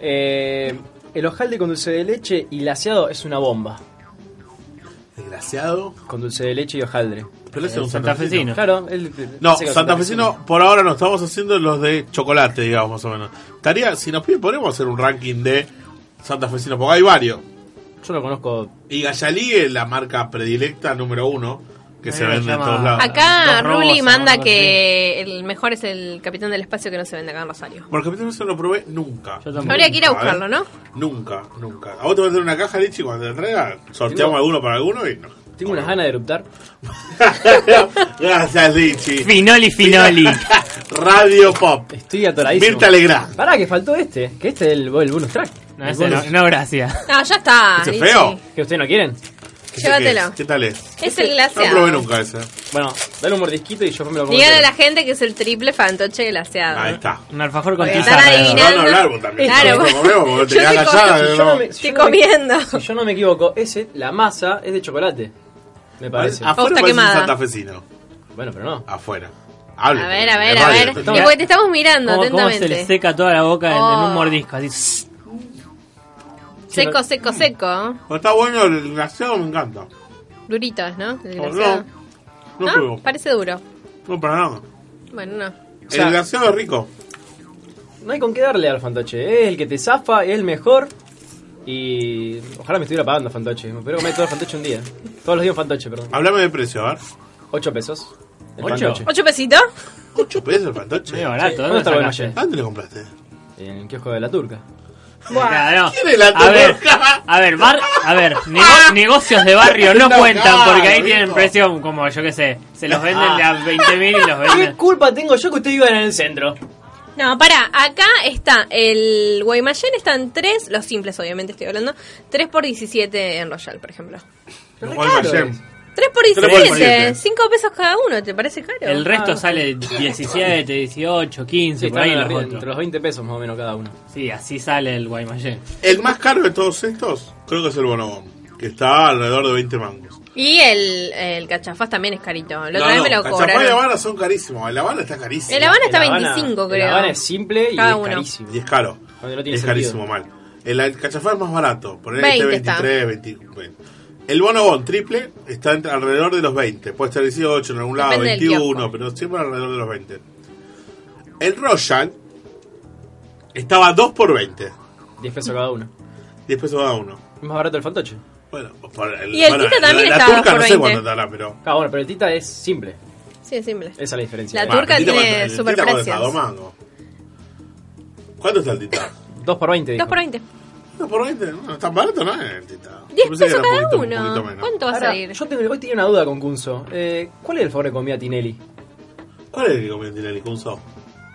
[SPEAKER 6] Eh, el hojaldre con dulce de leche y laseado es una bomba.
[SPEAKER 5] Desgraciado.
[SPEAKER 6] Con dulce de leche y hojaldre.
[SPEAKER 5] Pero ese es un
[SPEAKER 7] santafesino.
[SPEAKER 5] santafesino.
[SPEAKER 6] Claro, el,
[SPEAKER 5] No,
[SPEAKER 6] ese que-
[SPEAKER 5] santafesino por ahora no estamos haciendo los de chocolate, digamos, más o menos. Estaría, si nos piden, podemos hacer un ranking de santafesinos, porque hay varios.
[SPEAKER 6] Yo lo conozco.
[SPEAKER 5] Y Gallalí es la marca predilecta número uno que
[SPEAKER 7] Eh,
[SPEAKER 5] se vende en
[SPEAKER 7] llama-
[SPEAKER 5] todos lados.
[SPEAKER 8] Acá
[SPEAKER 7] Dos robos,
[SPEAKER 8] Ruli manda
[SPEAKER 7] algo
[SPEAKER 8] que el mejor es el capitán del espacio que no se vende acá en Rosario.
[SPEAKER 5] Porque a mí no lo probé nunca.
[SPEAKER 7] Yo tampoco.
[SPEAKER 8] Habría que ir a
[SPEAKER 5] Nunca,
[SPEAKER 8] buscarlo,
[SPEAKER 5] ¿eh?
[SPEAKER 8] ¿no?
[SPEAKER 5] Nunca, nunca. A vos te vas a hacer una caja, Lichi, cuando te entrega, sorteamos
[SPEAKER 6] Tengo-
[SPEAKER 5] alguno para alguno y no.
[SPEAKER 6] Tengo unas ganas de eruptar.
[SPEAKER 5] Gracias, Lichi.
[SPEAKER 7] Finoli, Finoli.
[SPEAKER 5] Radio Pop.
[SPEAKER 6] Estoy atoradísimo.
[SPEAKER 5] Mirta Legrand.
[SPEAKER 6] Pará, que faltó este. Que este es el, el bonus track.
[SPEAKER 7] No,
[SPEAKER 6] El
[SPEAKER 7] ese no,
[SPEAKER 6] bonus-
[SPEAKER 7] no, gracias.
[SPEAKER 8] No, Ah, ya está.
[SPEAKER 5] ¿Ese es
[SPEAKER 8] Lichi.
[SPEAKER 5] feo?
[SPEAKER 6] ¿Que ustedes no quieren?
[SPEAKER 5] ¿Ese
[SPEAKER 8] Llévatelo.
[SPEAKER 5] qué es? ¿Qué tal es?
[SPEAKER 8] Es el
[SPEAKER 5] No probé
[SPEAKER 8] glaseado.
[SPEAKER 5] nunca ese.
[SPEAKER 6] Bueno, dale un mordisquito y yo me lo como.
[SPEAKER 8] Díganle a
[SPEAKER 6] entero.
[SPEAKER 8] la gente que es el triple fantoche glaseado.
[SPEAKER 5] Ahí está.
[SPEAKER 7] Un alfajor con
[SPEAKER 8] Porque
[SPEAKER 7] tiza.
[SPEAKER 8] están
[SPEAKER 7] alrededor.
[SPEAKER 8] adivinando.
[SPEAKER 5] No, no, el árbol también.
[SPEAKER 8] Claro.
[SPEAKER 5] No, no comemos porque te
[SPEAKER 8] Yo
[SPEAKER 5] quedás
[SPEAKER 8] te
[SPEAKER 5] callada,
[SPEAKER 8] corto,
[SPEAKER 5] ¿no?
[SPEAKER 6] Si yo no me-
[SPEAKER 8] Estoy
[SPEAKER 6] yo no me-
[SPEAKER 8] comiendo.
[SPEAKER 6] Si yo no me equivoco, ese, la masa es de chocolate. Me parece.
[SPEAKER 7] ah.
[SPEAKER 5] Afuera
[SPEAKER 8] Posta
[SPEAKER 5] parece un
[SPEAKER 8] quemada.
[SPEAKER 5] santafesino.
[SPEAKER 6] Bueno, pero no.
[SPEAKER 5] Afuera.
[SPEAKER 8] A ver, a ver,
[SPEAKER 5] Es
[SPEAKER 8] a
[SPEAKER 5] radio,
[SPEAKER 8] ver.
[SPEAKER 5] esto.
[SPEAKER 8] Y porque te estamos mirando
[SPEAKER 7] ¿Cómo, cómo se le
[SPEAKER 8] atentamente.
[SPEAKER 7] seca toda la boca en, en
[SPEAKER 8] Oh.
[SPEAKER 7] un mordisco? Así.
[SPEAKER 8] Seco, seco, seco.
[SPEAKER 5] Pero Está bueno, el glaseado me encanta.
[SPEAKER 8] Duritos, ¿no? El
[SPEAKER 5] O
[SPEAKER 8] glaseado.
[SPEAKER 5] Oh,
[SPEAKER 8] Ah.
[SPEAKER 5] no, no pruebo.
[SPEAKER 8] Parece duro.
[SPEAKER 5] No, para nada.
[SPEAKER 8] Bueno, no.
[SPEAKER 5] El
[SPEAKER 6] sea-
[SPEAKER 5] glaseado es rico.
[SPEAKER 6] No hay con qué darle al fantoche. Es el que te zafa, es el mejor. Y. Ojalá me estuviera pagando fantoche. Me espero comer todo el fantoche un día. Todos los días un fantoche, perdón.
[SPEAKER 5] Hablame de precio, a ver.
[SPEAKER 6] 8 pesos. El
[SPEAKER 7] ¿Ocho?
[SPEAKER 6] fantoche.
[SPEAKER 8] ¿Ocho pesitos?
[SPEAKER 5] 8 pesos el fantoche.
[SPEAKER 7] Medio
[SPEAKER 5] ¿A
[SPEAKER 7] barato.
[SPEAKER 6] Sí,
[SPEAKER 7] ¿dónde
[SPEAKER 6] ¿dónde está el
[SPEAKER 7] sacaste?
[SPEAKER 6] Guaymallén?
[SPEAKER 5] ¿Dónde lo compraste?
[SPEAKER 6] En el kiosco de la turca.
[SPEAKER 7] Claro, no.
[SPEAKER 5] ¿Quién es la
[SPEAKER 7] a ver,
[SPEAKER 5] turca?
[SPEAKER 7] a ver, bar- a ver nego- negocios de barrio no
[SPEAKER 5] No,
[SPEAKER 7] cuentan
[SPEAKER 5] claro,
[SPEAKER 7] porque ahí
[SPEAKER 5] rico.
[SPEAKER 7] tienen precio como yo que sé, se los venden de a 20 mil y los
[SPEAKER 6] ¿Qué
[SPEAKER 7] venden.
[SPEAKER 6] culpa tengo yo que ustedes vivan en el centro?
[SPEAKER 8] No, pará, acá está el Guaymallén, están tres, los simples obviamente estoy hablando, 3 por 17 en Royal, por ejemplo.
[SPEAKER 5] Guaymallén.
[SPEAKER 8] 3 por
[SPEAKER 5] Tres por
[SPEAKER 8] 17,
[SPEAKER 5] 17.
[SPEAKER 8] 5 pesos cada uno, ¿te parece caro?
[SPEAKER 7] El resto
[SPEAKER 8] Ah.
[SPEAKER 7] sale 17, 18, 15,
[SPEAKER 6] Sí,
[SPEAKER 7] por
[SPEAKER 6] están
[SPEAKER 7] ahí los
[SPEAKER 6] arriba, entre
[SPEAKER 7] otros.
[SPEAKER 6] los 20 pesos más o menos cada uno.
[SPEAKER 7] Sí, así sale el Guaymallén.
[SPEAKER 5] El más caro de todos estos, creo que es el bonobón, que está alrededor de 20 mangos.
[SPEAKER 8] Y el, el cachafaz también es carito, la otra vez me lo
[SPEAKER 5] Cachapá y La
[SPEAKER 8] cobraron.
[SPEAKER 5] Habana son carísimos. La Habana está carísimo.
[SPEAKER 8] El Habana está
[SPEAKER 6] El Habana-
[SPEAKER 8] 25, creo.
[SPEAKER 6] El Habana es simple y
[SPEAKER 8] Cada
[SPEAKER 6] es
[SPEAKER 8] uno.
[SPEAKER 6] carísimo.
[SPEAKER 5] Y es caro.
[SPEAKER 6] Cuando no tiene
[SPEAKER 5] es
[SPEAKER 6] sentido.
[SPEAKER 5] carísimo, mal. El, el cachafá es más barato. Poner
[SPEAKER 8] 20
[SPEAKER 5] este
[SPEAKER 8] está.
[SPEAKER 5] 23, 20, 20. El bonobón triple está entre- alrededor de los 20. Puede estar 18 en algún lado,
[SPEAKER 8] Depende del
[SPEAKER 5] 21,
[SPEAKER 8] kiosco.
[SPEAKER 5] pero siempre alrededor de los 20. El Royal estaba 2 por 20.
[SPEAKER 6] 10 pesos cada uno.
[SPEAKER 5] Y después va a uno.
[SPEAKER 6] Es más barato el fantoche.
[SPEAKER 5] Bueno, por el,
[SPEAKER 8] Y el
[SPEAKER 5] bueno,
[SPEAKER 8] Tita
[SPEAKER 5] la-
[SPEAKER 8] también
[SPEAKER 5] la,
[SPEAKER 8] estaba
[SPEAKER 5] turca
[SPEAKER 8] por
[SPEAKER 5] no sé
[SPEAKER 8] 20.
[SPEAKER 5] cuánto estará, pero.
[SPEAKER 6] Ah, bueno, pero el Tita es simple.
[SPEAKER 8] Sí, es simple.
[SPEAKER 6] Esa es la diferencia.
[SPEAKER 8] La turca
[SPEAKER 5] el Tita
[SPEAKER 8] tiene
[SPEAKER 5] cuánto- el Tita
[SPEAKER 8] superprecios.
[SPEAKER 5] cuánto está, dos mangos. ¿Cuánto está el Tita?
[SPEAKER 6] 2 por 20.
[SPEAKER 8] 2 por 20.
[SPEAKER 5] No, por 20, no, tan barato no es el Tita.
[SPEAKER 8] 10
[SPEAKER 5] Yo pensé que
[SPEAKER 8] pesos
[SPEAKER 5] era un
[SPEAKER 8] cada
[SPEAKER 5] poquito- un
[SPEAKER 8] uno.
[SPEAKER 5] poquito menos.
[SPEAKER 8] ¿Cuánto va a salir?
[SPEAKER 6] yo tengo, hoy tenía una duda con Kunzo. Eh, ¿Cuál es el favor de comida Tinelli?
[SPEAKER 5] ¿Cuál es el que comió Tinelli Kunzo?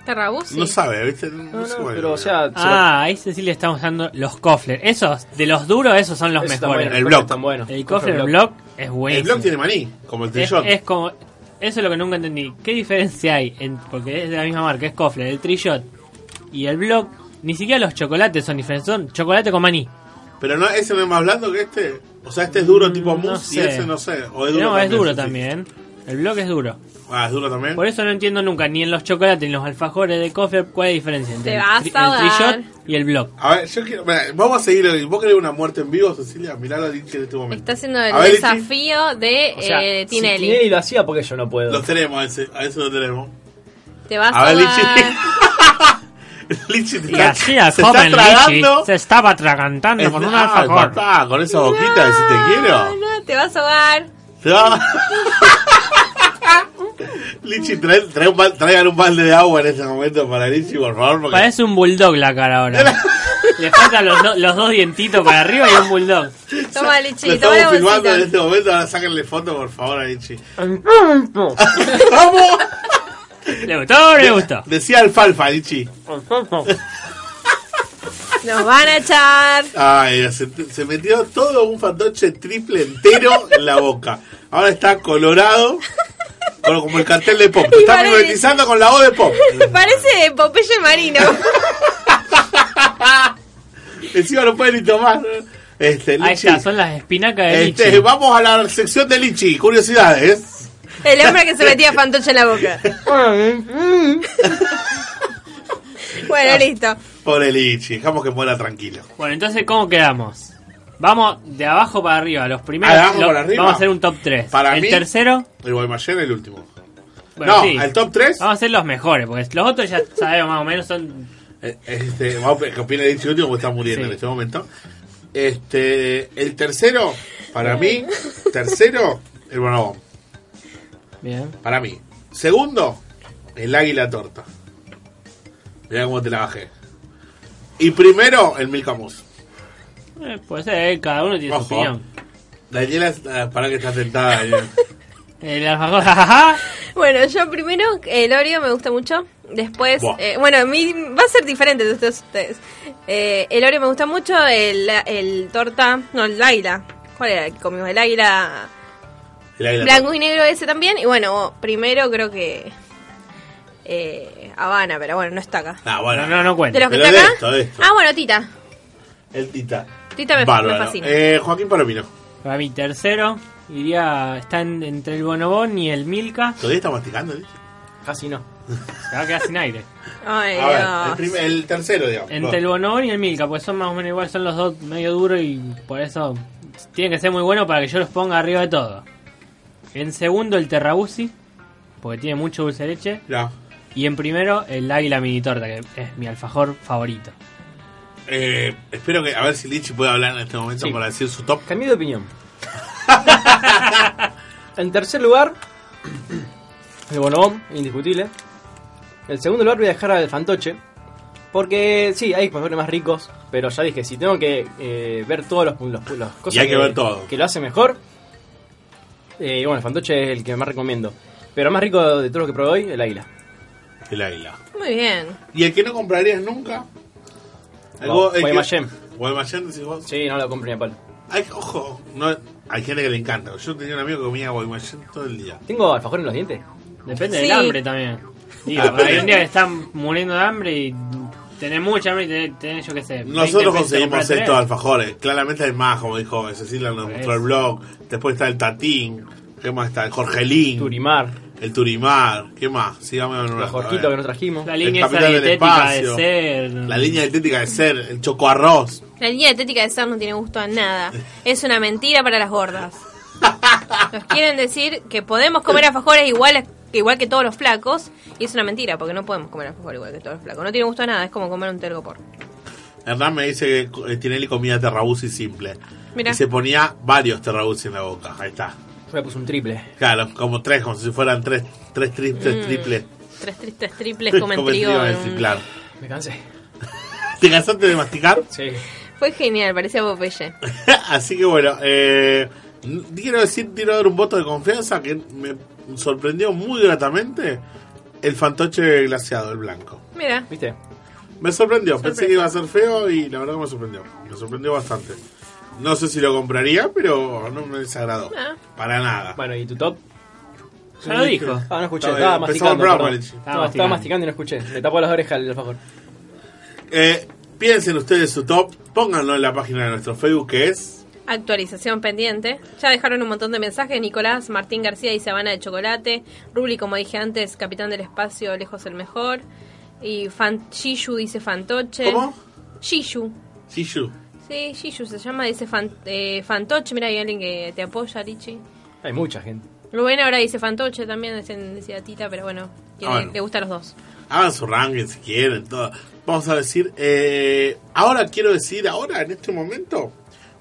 [SPEAKER 8] Terrabuzzi.
[SPEAKER 5] No sabe, ¿viste? No,
[SPEAKER 6] No,
[SPEAKER 5] sé
[SPEAKER 6] no,
[SPEAKER 5] cuál
[SPEAKER 6] pero o
[SPEAKER 5] es.
[SPEAKER 6] sea... se lo-
[SPEAKER 7] Ah, ahí sí le estamos dando los coflers. Esos, de los duros, esos son los
[SPEAKER 6] esos están
[SPEAKER 7] mejores.
[SPEAKER 6] buenos,
[SPEAKER 5] El
[SPEAKER 6] los
[SPEAKER 5] block.
[SPEAKER 6] están buenos.
[SPEAKER 7] El cofler
[SPEAKER 6] block.
[SPEAKER 7] block es
[SPEAKER 5] el
[SPEAKER 7] buenísimo.
[SPEAKER 5] blog tiene maní, como el
[SPEAKER 7] es,
[SPEAKER 5] trillón.
[SPEAKER 7] es como... Eso es lo que nunca entendí. ¿Qué diferencia hay? en- porque es de la misma marca, es cofler, el trillot y el block. Ni siquiera los chocolates son diferentes, son chocolate con maní.
[SPEAKER 5] Pero no, ese no es más blando que este. O sea, este es duro tipo
[SPEAKER 7] Mm, no
[SPEAKER 5] mousse y
[SPEAKER 7] sé.
[SPEAKER 5] ese no sé. O es duro
[SPEAKER 7] No,
[SPEAKER 5] también,
[SPEAKER 7] es duro
[SPEAKER 5] sí, sí.
[SPEAKER 7] también. El block es duro.
[SPEAKER 5] Ah, es duro también.
[SPEAKER 7] Por eso no entiendo nunca, ni en los chocolates, ni en los alfajores de cofre, cuál es la diferencia entre
[SPEAKER 8] Te
[SPEAKER 7] el,
[SPEAKER 8] vas
[SPEAKER 7] tri-
[SPEAKER 8] a
[SPEAKER 7] el
[SPEAKER 8] ahogar.
[SPEAKER 7] trillot y el block.
[SPEAKER 5] A ver, yo quiero. mirá, vamos a seguir. el- ¿Vos querés una muerte en vivo, Cecilia? Mirá la Lichi en este momento.
[SPEAKER 8] Está haciendo el
[SPEAKER 5] A ver, Lichi,
[SPEAKER 8] desafío de
[SPEAKER 6] O sea,
[SPEAKER 8] eh,
[SPEAKER 6] si
[SPEAKER 8] Tinelli.
[SPEAKER 6] Tinelli lo hacía porque yo no puedo.
[SPEAKER 5] Los tenemos, a ese, a eso lo tenemos.
[SPEAKER 8] Te vas a,
[SPEAKER 5] A ver,
[SPEAKER 8] dar-
[SPEAKER 5] Lichi te
[SPEAKER 7] Y
[SPEAKER 5] está,
[SPEAKER 7] así a
[SPEAKER 5] se está
[SPEAKER 7] joven Lichi
[SPEAKER 5] tragando.
[SPEAKER 7] se estaba atragantando
[SPEAKER 5] Este-
[SPEAKER 7] con un
[SPEAKER 5] ah,
[SPEAKER 7] alfajor.
[SPEAKER 5] papá, con esa boquita de si te
[SPEAKER 8] No,
[SPEAKER 5] quiero.
[SPEAKER 8] no, te vas a ahogar.
[SPEAKER 5] Te va- Lichi, trae, trae un, bal- traigan un balde de agua en este momento para Lichi, por favor. Porque
[SPEAKER 7] Parece un bulldog la cara ahora. Le faltan los, do- los dos dientitos para arriba y un bulldog.
[SPEAKER 8] Toma,
[SPEAKER 5] Lo
[SPEAKER 8] Lichi, toma
[SPEAKER 5] estamos
[SPEAKER 8] la
[SPEAKER 5] filmando en
[SPEAKER 8] bolsita.
[SPEAKER 5] este momento, ahora sáquenle foto por favor a Lichi.
[SPEAKER 7] ¿Le gustó o no le gustó?
[SPEAKER 5] Decía alfalfa, Lichi.
[SPEAKER 8] Nos van a echar.
[SPEAKER 5] Ay, se, se metió todo un fantoche triple entero en la boca. Ahora está colorado, con- como el cartel de pop. Te
[SPEAKER 8] Y
[SPEAKER 5] está
[SPEAKER 8] parece-
[SPEAKER 5] mimetizando con la voz de pop.
[SPEAKER 8] Parece Popeye Marino.
[SPEAKER 5] Encima no puede ni tomar. Este,
[SPEAKER 7] Ahí
[SPEAKER 5] Lichi.
[SPEAKER 7] está, son las espinacas de
[SPEAKER 5] Este,
[SPEAKER 7] Lichi.
[SPEAKER 5] vamos a la sección de Lichi, curiosidades.
[SPEAKER 8] El hombre que se metía fantoche en la boca.
[SPEAKER 5] Ah,
[SPEAKER 8] Bueno,
[SPEAKER 5] Ah.
[SPEAKER 8] listo.
[SPEAKER 5] Pobre Lichi, dejamos que muera tranquilo.
[SPEAKER 7] Bueno, entonces, ¿cómo quedamos? Vamos de abajo para arriba, los primeros.
[SPEAKER 5] Ah, de abajo
[SPEAKER 7] lo-
[SPEAKER 5] para arriba.
[SPEAKER 7] Vamos a hacer un top 3.
[SPEAKER 5] Para
[SPEAKER 7] el
[SPEAKER 5] mí-
[SPEAKER 7] tercero,
[SPEAKER 5] El Guaymallén, el último.
[SPEAKER 7] bueno,
[SPEAKER 5] no,
[SPEAKER 7] sí.
[SPEAKER 5] al top 3.
[SPEAKER 7] Vamos a hacer los mejores, porque los otros ya sabemos más o menos son
[SPEAKER 5] Eh, Este, vamos, que opina el último porque está muriendo
[SPEAKER 7] Sí.
[SPEAKER 5] en este momento. Este, el tercero, para mí, tercero, el bonobón,
[SPEAKER 7] Bien.
[SPEAKER 5] para mí. Segundo, el águila torta. Mirá cómo te la bajé. Y primero, el Milcamus.
[SPEAKER 7] Eh, puede ser, eh, cada uno tiene su
[SPEAKER 5] Ojo.
[SPEAKER 7] opinión.
[SPEAKER 5] Daniela, ah, para que está sentada. Daniela.
[SPEAKER 7] El alfajor, Eh, jajaja.
[SPEAKER 8] Bueno, yo primero, eh, el Oreo me gusta mucho. Después,
[SPEAKER 5] Buah.
[SPEAKER 8] eh, bueno, a mí va a ser diferente de ustedes. ustedes. Eh, el Oreo me gusta mucho, el, el torta, no, el águila. ¿Cuál era el que comimos? El águila
[SPEAKER 5] El águila
[SPEAKER 8] blanco y negro ese también. Y bueno, primero creo que eh, Habana, pero bueno, no está acá.
[SPEAKER 5] torta. Ah, bueno,
[SPEAKER 7] No, no, no
[SPEAKER 8] De
[SPEAKER 7] cuenta.
[SPEAKER 8] los que
[SPEAKER 5] pero
[SPEAKER 8] está
[SPEAKER 5] de
[SPEAKER 8] acá.
[SPEAKER 5] esto, de esto.
[SPEAKER 8] Ah, bueno, Tita.
[SPEAKER 5] el Tita.
[SPEAKER 8] Tita me, me
[SPEAKER 5] Bárbaro.
[SPEAKER 8] fascina.
[SPEAKER 5] Eh, Joaquín Palomino.
[SPEAKER 7] Para mí, tercero, iría. Está en- entre el bonobón y el milka.
[SPEAKER 5] ¿Todavía está masticando? Lichi?
[SPEAKER 6] Casi no.
[SPEAKER 7] Se va a quedar sin aire.
[SPEAKER 8] Ay,
[SPEAKER 5] A ver,
[SPEAKER 8] Dios.
[SPEAKER 5] el, prim- el tercero, digamos.
[SPEAKER 7] Entre el bonobón y el milka, pues son más o menos igual, son los dos medio duros y por eso tienen que ser muy buenos para que yo los ponga arriba de todo. En segundo, el terrabusi, porque tiene mucho dulce de leche.
[SPEAKER 5] Mirá.
[SPEAKER 7] Y en primero, el águila mini torta, que es mi alfajor favorito.
[SPEAKER 5] Eh, espero que a ver si Lichi puede hablar en este momento
[SPEAKER 6] Sí.
[SPEAKER 5] para decir su top.
[SPEAKER 6] Cambié de opinión. en tercer lugar, el bonobón, indiscutible. En segundo lugar voy a dejar al fantoche. Porque sí, hay alfajores más ricos, pero ya dije, si tengo que eh, ver todos los, los, los cosas
[SPEAKER 5] hay que ver todo.
[SPEAKER 6] que lo hace mejor, eh, bueno, el fantoche es el que más recomiendo. Pero el más rico de todos los que probé hoy, el águila.
[SPEAKER 5] el águila.
[SPEAKER 8] Muy bien.
[SPEAKER 5] ¿Y el que no comprarías nunca?
[SPEAKER 6] Gua-
[SPEAKER 5] el que-
[SPEAKER 6] Guaymallén.
[SPEAKER 5] Guaymallén, decís vos.
[SPEAKER 6] Sí, no lo compré ni a palo.
[SPEAKER 5] Ay, ojo, no, hay gente que le encanta. Yo tenía un amigo que comía Guaymallén todo el día.
[SPEAKER 6] ¿Tengo alfajor en los dientes?
[SPEAKER 7] Depende
[SPEAKER 8] Sí.
[SPEAKER 7] del hambre también. Digo,
[SPEAKER 5] Ah,
[SPEAKER 7] hay
[SPEAKER 5] pero-
[SPEAKER 7] un día que están muriendo de hambre y tenés mucha hambre y tenés, tenés, yo qué sé. 20
[SPEAKER 5] Nosotros
[SPEAKER 7] pesos para
[SPEAKER 5] conseguimos
[SPEAKER 7] comprar
[SPEAKER 5] estos
[SPEAKER 7] tres.
[SPEAKER 5] alfajores. Claramente hay más, como dijo Cecilia, nos mostró el blog. Después está el Tatín. ¿Qué más está? El Jorgelín.
[SPEAKER 6] Turimar,
[SPEAKER 5] El Turimar. ¿Qué más? Sígame en
[SPEAKER 6] los
[SPEAKER 5] una. a
[SPEAKER 6] jorquitos que
[SPEAKER 5] ver.
[SPEAKER 6] nos trajimos.
[SPEAKER 7] La
[SPEAKER 5] El
[SPEAKER 7] línea esa
[SPEAKER 5] capital del
[SPEAKER 7] dietética de
[SPEAKER 5] espacio.
[SPEAKER 7] ser.
[SPEAKER 5] La línea dietética de ser. El chocoarroz.
[SPEAKER 8] La línea dietética de Sam no tiene gusto a nada. Es una mentira para las gordas. Nos quieren decir que podemos comer alfajores igual, igual que todos los flacos. Y es una mentira, porque no podemos comer alfajores igual que todos los flacos. No tiene gusto a nada, es como comer un tergo por.
[SPEAKER 5] Hernán me dice que co- eh, Tinelli comía terrabusi simple.
[SPEAKER 8] Mirá.
[SPEAKER 5] Y se ponía varios terrabusi en la boca. Ahí está.
[SPEAKER 6] Yo le puse un triple.
[SPEAKER 5] Claro, como tres, como si fueran tres, tres, tri- tres triples.
[SPEAKER 8] Tres tristes triples Mm. comen
[SPEAKER 5] Como
[SPEAKER 8] trigo.
[SPEAKER 5] trigo de
[SPEAKER 8] en un-
[SPEAKER 5] ciclar.
[SPEAKER 6] Me cansé.
[SPEAKER 5] ¿Te cansaste de masticar?
[SPEAKER 6] Sí.
[SPEAKER 8] Fue genial, parecía Popeye.
[SPEAKER 5] Así que bueno, eh, n- quiero decir, quiero dar un voto de confianza que me sorprendió muy gratamente el fantoche glaciado, el blanco.
[SPEAKER 8] Mira,
[SPEAKER 6] ¿Viste?
[SPEAKER 5] Me sorprendió, pensé que iba a ser feo y la verdad que me sorprendió. Me sorprendió bastante. No sé si lo compraría, pero no me desagradó.
[SPEAKER 8] Ah.
[SPEAKER 5] Para nada.
[SPEAKER 6] Bueno, ¿y tu top?
[SPEAKER 7] Ya lo dijo.
[SPEAKER 6] Ah, no escuché.
[SPEAKER 5] Está bien,
[SPEAKER 6] Estaba
[SPEAKER 5] empezamos
[SPEAKER 6] masticando.
[SPEAKER 5] el
[SPEAKER 6] perdón.
[SPEAKER 5] programa, Lichi.
[SPEAKER 6] Estaba, no, estaba masticando y no escuché. Me tapó las orejas el alfajor.
[SPEAKER 5] Eh, piensen ustedes su top, pónganlo en la página de nuestro Facebook que es...
[SPEAKER 8] actualización pendiente. Ya dejaron un montón de mensajes. Nicolás, Martín García y Sabana de Chocolate. Rubli, como dije antes, Capitán del Espacio, Lejos el Mejor. Y fan, Shishu dice Fantoche.
[SPEAKER 5] ¿Cómo?
[SPEAKER 8] Shishu.
[SPEAKER 5] Shishu.
[SPEAKER 8] Sí, Shishu se llama, dice fan- eh, Fantoche. Mira, hay alguien que te apoya, Lichi.
[SPEAKER 6] Hay mucha gente.
[SPEAKER 8] Rubén ahora dice Fantoche también, decían- decía Tita, pero bueno, tiene-
[SPEAKER 5] Ah, bueno.
[SPEAKER 8] le gustan los dos.
[SPEAKER 5] Hagan su ranking si quieren. Todo. Vamos a decir. eh, ahora quiero decir, ahora en este momento,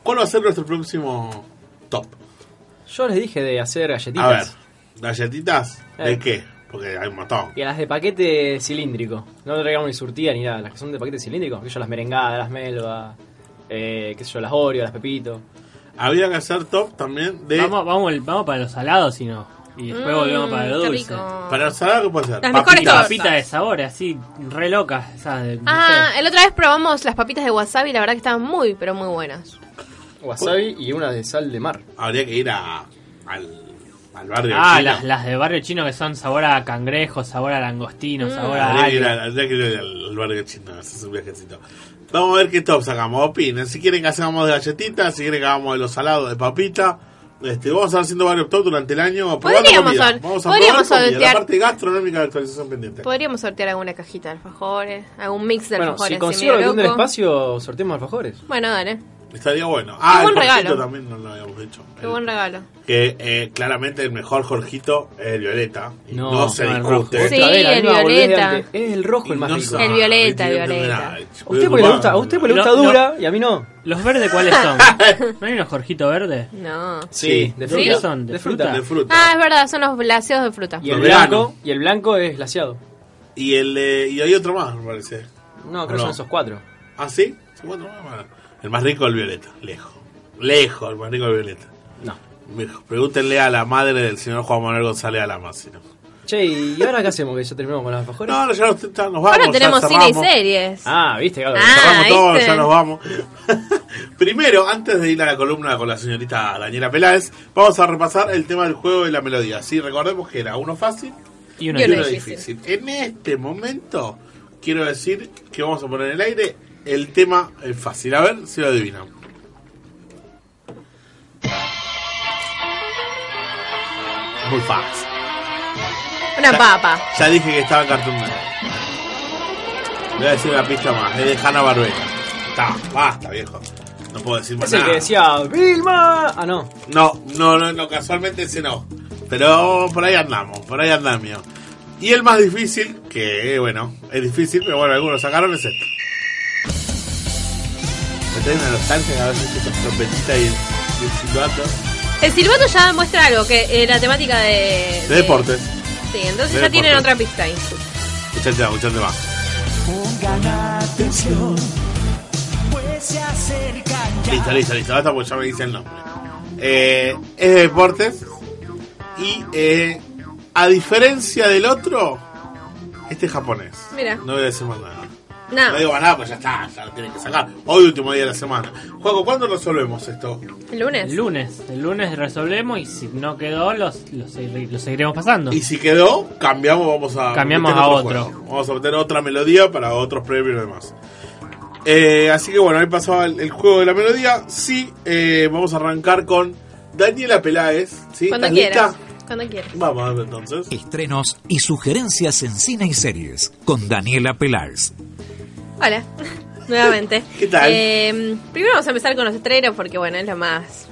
[SPEAKER 5] ¿cuál va a ser nuestro próximo top?
[SPEAKER 6] Yo les dije de hacer galletitas.
[SPEAKER 5] A ver, galletitas. ¿De
[SPEAKER 6] Eh.
[SPEAKER 5] qué? Porque hay un montón.
[SPEAKER 6] Y a las de paquete cilíndrico. No traigamos ni surtida ni nada. Las que son de paquete cilíndrico. Que yo las merengadas, las melvas. Eh, qué sé yo, las Oreo, las Pepito.
[SPEAKER 5] Había que hacer top también de.
[SPEAKER 7] Vamos, vamos, vamos para los salados, si no. Y después volvemos
[SPEAKER 8] Mm,
[SPEAKER 7] para los
[SPEAKER 8] qué
[SPEAKER 7] dulces.
[SPEAKER 8] rico.
[SPEAKER 5] Para el salado, ¿qué puede ser?
[SPEAKER 8] Las mejores
[SPEAKER 7] Y
[SPEAKER 8] Tortas.
[SPEAKER 7] papitas de sabores, así, re locas. Esas de, no
[SPEAKER 8] Ah,
[SPEAKER 7] sé.
[SPEAKER 8] el otra vez probamos las papitas de wasabi, la verdad que estaban muy, pero muy buenas.
[SPEAKER 6] Wasabi y una de sal de mar.
[SPEAKER 5] Habría que ir a, al, al barrio.
[SPEAKER 7] Ah,
[SPEAKER 5] chino.
[SPEAKER 7] las, las de barrio chino que son sabor a cangrejo, sabor a langostino,
[SPEAKER 8] Mm.
[SPEAKER 7] sabor a
[SPEAKER 5] Habría que ir
[SPEAKER 7] alga.
[SPEAKER 5] al- habría que ir al, al barrio chino, hacer un viajecito. Vamos a ver qué top sacamos. Opinen. Si quieren que hagamos de galletitas, si quieren que hagamos de los salados, de papita. Este, vamos a estar haciendo varios top durante el año. probando
[SPEAKER 8] Podríamos
[SPEAKER 5] comida.
[SPEAKER 8] sol-
[SPEAKER 5] vamos a
[SPEAKER 8] podríamos
[SPEAKER 5] probar comida, la
[SPEAKER 8] sortear.
[SPEAKER 5] parte gastronómica de actualización pendiente.
[SPEAKER 8] Podríamos sortear alguna cajita de alfajores, algún mix de
[SPEAKER 6] Bueno,
[SPEAKER 8] alfajores.
[SPEAKER 6] si
[SPEAKER 8] me
[SPEAKER 6] consigo el
[SPEAKER 8] loco.
[SPEAKER 6] del espacio, sorteemos alfajores.
[SPEAKER 8] Bueno, dale,
[SPEAKER 5] Estaría bueno. Ah,
[SPEAKER 8] buen
[SPEAKER 5] el Jorgito
[SPEAKER 8] regalo.
[SPEAKER 5] también no lo habíamos dicho.
[SPEAKER 8] qué
[SPEAKER 5] El-
[SPEAKER 8] buen regalo.
[SPEAKER 5] Que eh, claramente el mejor Jorgito es el Violeta. Y No, se
[SPEAKER 6] el
[SPEAKER 5] discute.
[SPEAKER 6] rojo.
[SPEAKER 8] Sí,
[SPEAKER 6] Otra vez la
[SPEAKER 8] el
[SPEAKER 6] misma boludez de
[SPEAKER 8] violeta.
[SPEAKER 6] antes. Es el rojo
[SPEAKER 5] Y
[SPEAKER 6] el más
[SPEAKER 5] no
[SPEAKER 6] rico.
[SPEAKER 5] sabe,
[SPEAKER 8] El Violeta,
[SPEAKER 5] no
[SPEAKER 8] el
[SPEAKER 5] entiende
[SPEAKER 8] Violeta.
[SPEAKER 5] nada.
[SPEAKER 6] A usted porque le gusta, a usted porque le gusta
[SPEAKER 7] No, no.
[SPEAKER 6] dura y a mí no.
[SPEAKER 7] ¿Los verdes cuáles son? ¿No hay unos jorjitos verdes?
[SPEAKER 8] No.
[SPEAKER 5] Sí.
[SPEAKER 6] de
[SPEAKER 7] ¿De
[SPEAKER 6] fruta.
[SPEAKER 7] qué son? ¿De,
[SPEAKER 6] De fruta.
[SPEAKER 7] fruta?
[SPEAKER 5] De fruta.
[SPEAKER 8] Ah, es verdad, son los glaseos de fruta.
[SPEAKER 6] Y el
[SPEAKER 5] Los
[SPEAKER 6] blanco,
[SPEAKER 5] veganos.
[SPEAKER 6] y el blanco es glaciado.
[SPEAKER 5] Y, el, eh, y hay otro más, me parece.
[SPEAKER 6] No, creo
[SPEAKER 5] No.
[SPEAKER 6] que son esos cuatro.
[SPEAKER 5] ¿Ah, sí? Sí, bueno, bueno. El más rico el Violeta, lejos. Lejos, el más rico el Violeta.
[SPEAKER 6] No.
[SPEAKER 5] Mijo, Pregúntenle a la madre del señor Juan Manuel González Alama. Si no.
[SPEAKER 6] Che, ¿y ahora qué hacemos? ¿Que ya terminamos con los alfajores?
[SPEAKER 5] no, no, ya nos, ya nos vamos.
[SPEAKER 8] Ahora
[SPEAKER 5] ya
[SPEAKER 8] tenemos cine y
[SPEAKER 5] cerramos.
[SPEAKER 8] series.
[SPEAKER 6] Ah, viste, claro.
[SPEAKER 8] Ah.
[SPEAKER 5] Cerramos todo,
[SPEAKER 8] ¿viste?
[SPEAKER 5] ya nos vamos. Primero, antes de ir a la columna con la señorita Daniela Peláez, vamos a repasar el tema del juego y la melodía. Sí, recordemos que era uno fácil
[SPEAKER 7] Y uno
[SPEAKER 8] Y
[SPEAKER 5] y
[SPEAKER 8] uno
[SPEAKER 5] uno
[SPEAKER 7] de
[SPEAKER 5] difícil. En este momento, quiero decir que vamos a poner en el aire el tema eh, fácil. A ver si lo adivinan. Muy fácil.
[SPEAKER 8] Una
[SPEAKER 5] Ya-
[SPEAKER 8] papa.
[SPEAKER 5] Ya dije que estaba en Cartoon Network. Voy a decir una pista más, es de Hanna Barbera. Está, basta, viejo. No puedo decir más
[SPEAKER 6] Es el
[SPEAKER 5] nada.
[SPEAKER 6] que decía, Vilma. Ah, no.
[SPEAKER 5] No, no, no, no, casualmente ese no. Pero por ahí andamos, por ahí andamos. Y el más difícil, que bueno, es difícil, pero bueno, algunos sacaron, es este. Me traen a los tanques a ver si estos trompetitas y, y el silbato.
[SPEAKER 8] El silbato ya demuestra algo, que eh, la temática de...
[SPEAKER 5] De deportes.
[SPEAKER 8] Sí, entonces
[SPEAKER 5] De
[SPEAKER 8] ya tienen
[SPEAKER 5] deportes.
[SPEAKER 8] otra pista ahí.
[SPEAKER 5] Escuchate más, escuchate más. Listo, listo, listo. Basta porque ya me dice el nombre. Eh, es de deportes. Y eh, a diferencia del otro, Este es japonés.
[SPEAKER 8] Mira. Ah.
[SPEAKER 5] No voy a decir más nada.
[SPEAKER 8] Nada.
[SPEAKER 5] No digo más nada, pues ya está, ya lo tienen que sacar. Hoy último día de la semana. Juaco, ¿cuándo resolvemos esto?
[SPEAKER 8] ¿El lunes?
[SPEAKER 7] El lunes, el lunes resolvemos y si no quedó, los, los, segui- los seguiremos pasando.
[SPEAKER 5] Y si quedó, cambiamos, vamos a.
[SPEAKER 7] Cambiamos
[SPEAKER 5] meter
[SPEAKER 7] a otro.
[SPEAKER 5] juego. Vamos a meter otra melodía para otros premios y demás. Eh, así que bueno, ahí pasaba el, el juego de la melodía. Sí, eh, vamos a arrancar con Daniela Peláez. ¿sí?
[SPEAKER 8] Cuando
[SPEAKER 5] ¿Estás
[SPEAKER 8] quieras.
[SPEAKER 5] lista?
[SPEAKER 8] Cuando quieras.
[SPEAKER 5] Vamos a ver entonces.
[SPEAKER 10] Estrenos y sugerencias en cine y series con Daniela Pelars.
[SPEAKER 8] Hola, nuevamente.
[SPEAKER 5] ¿Qué tal?
[SPEAKER 8] Eh, primero vamos a empezar con los estrenos porque, bueno, es lo más.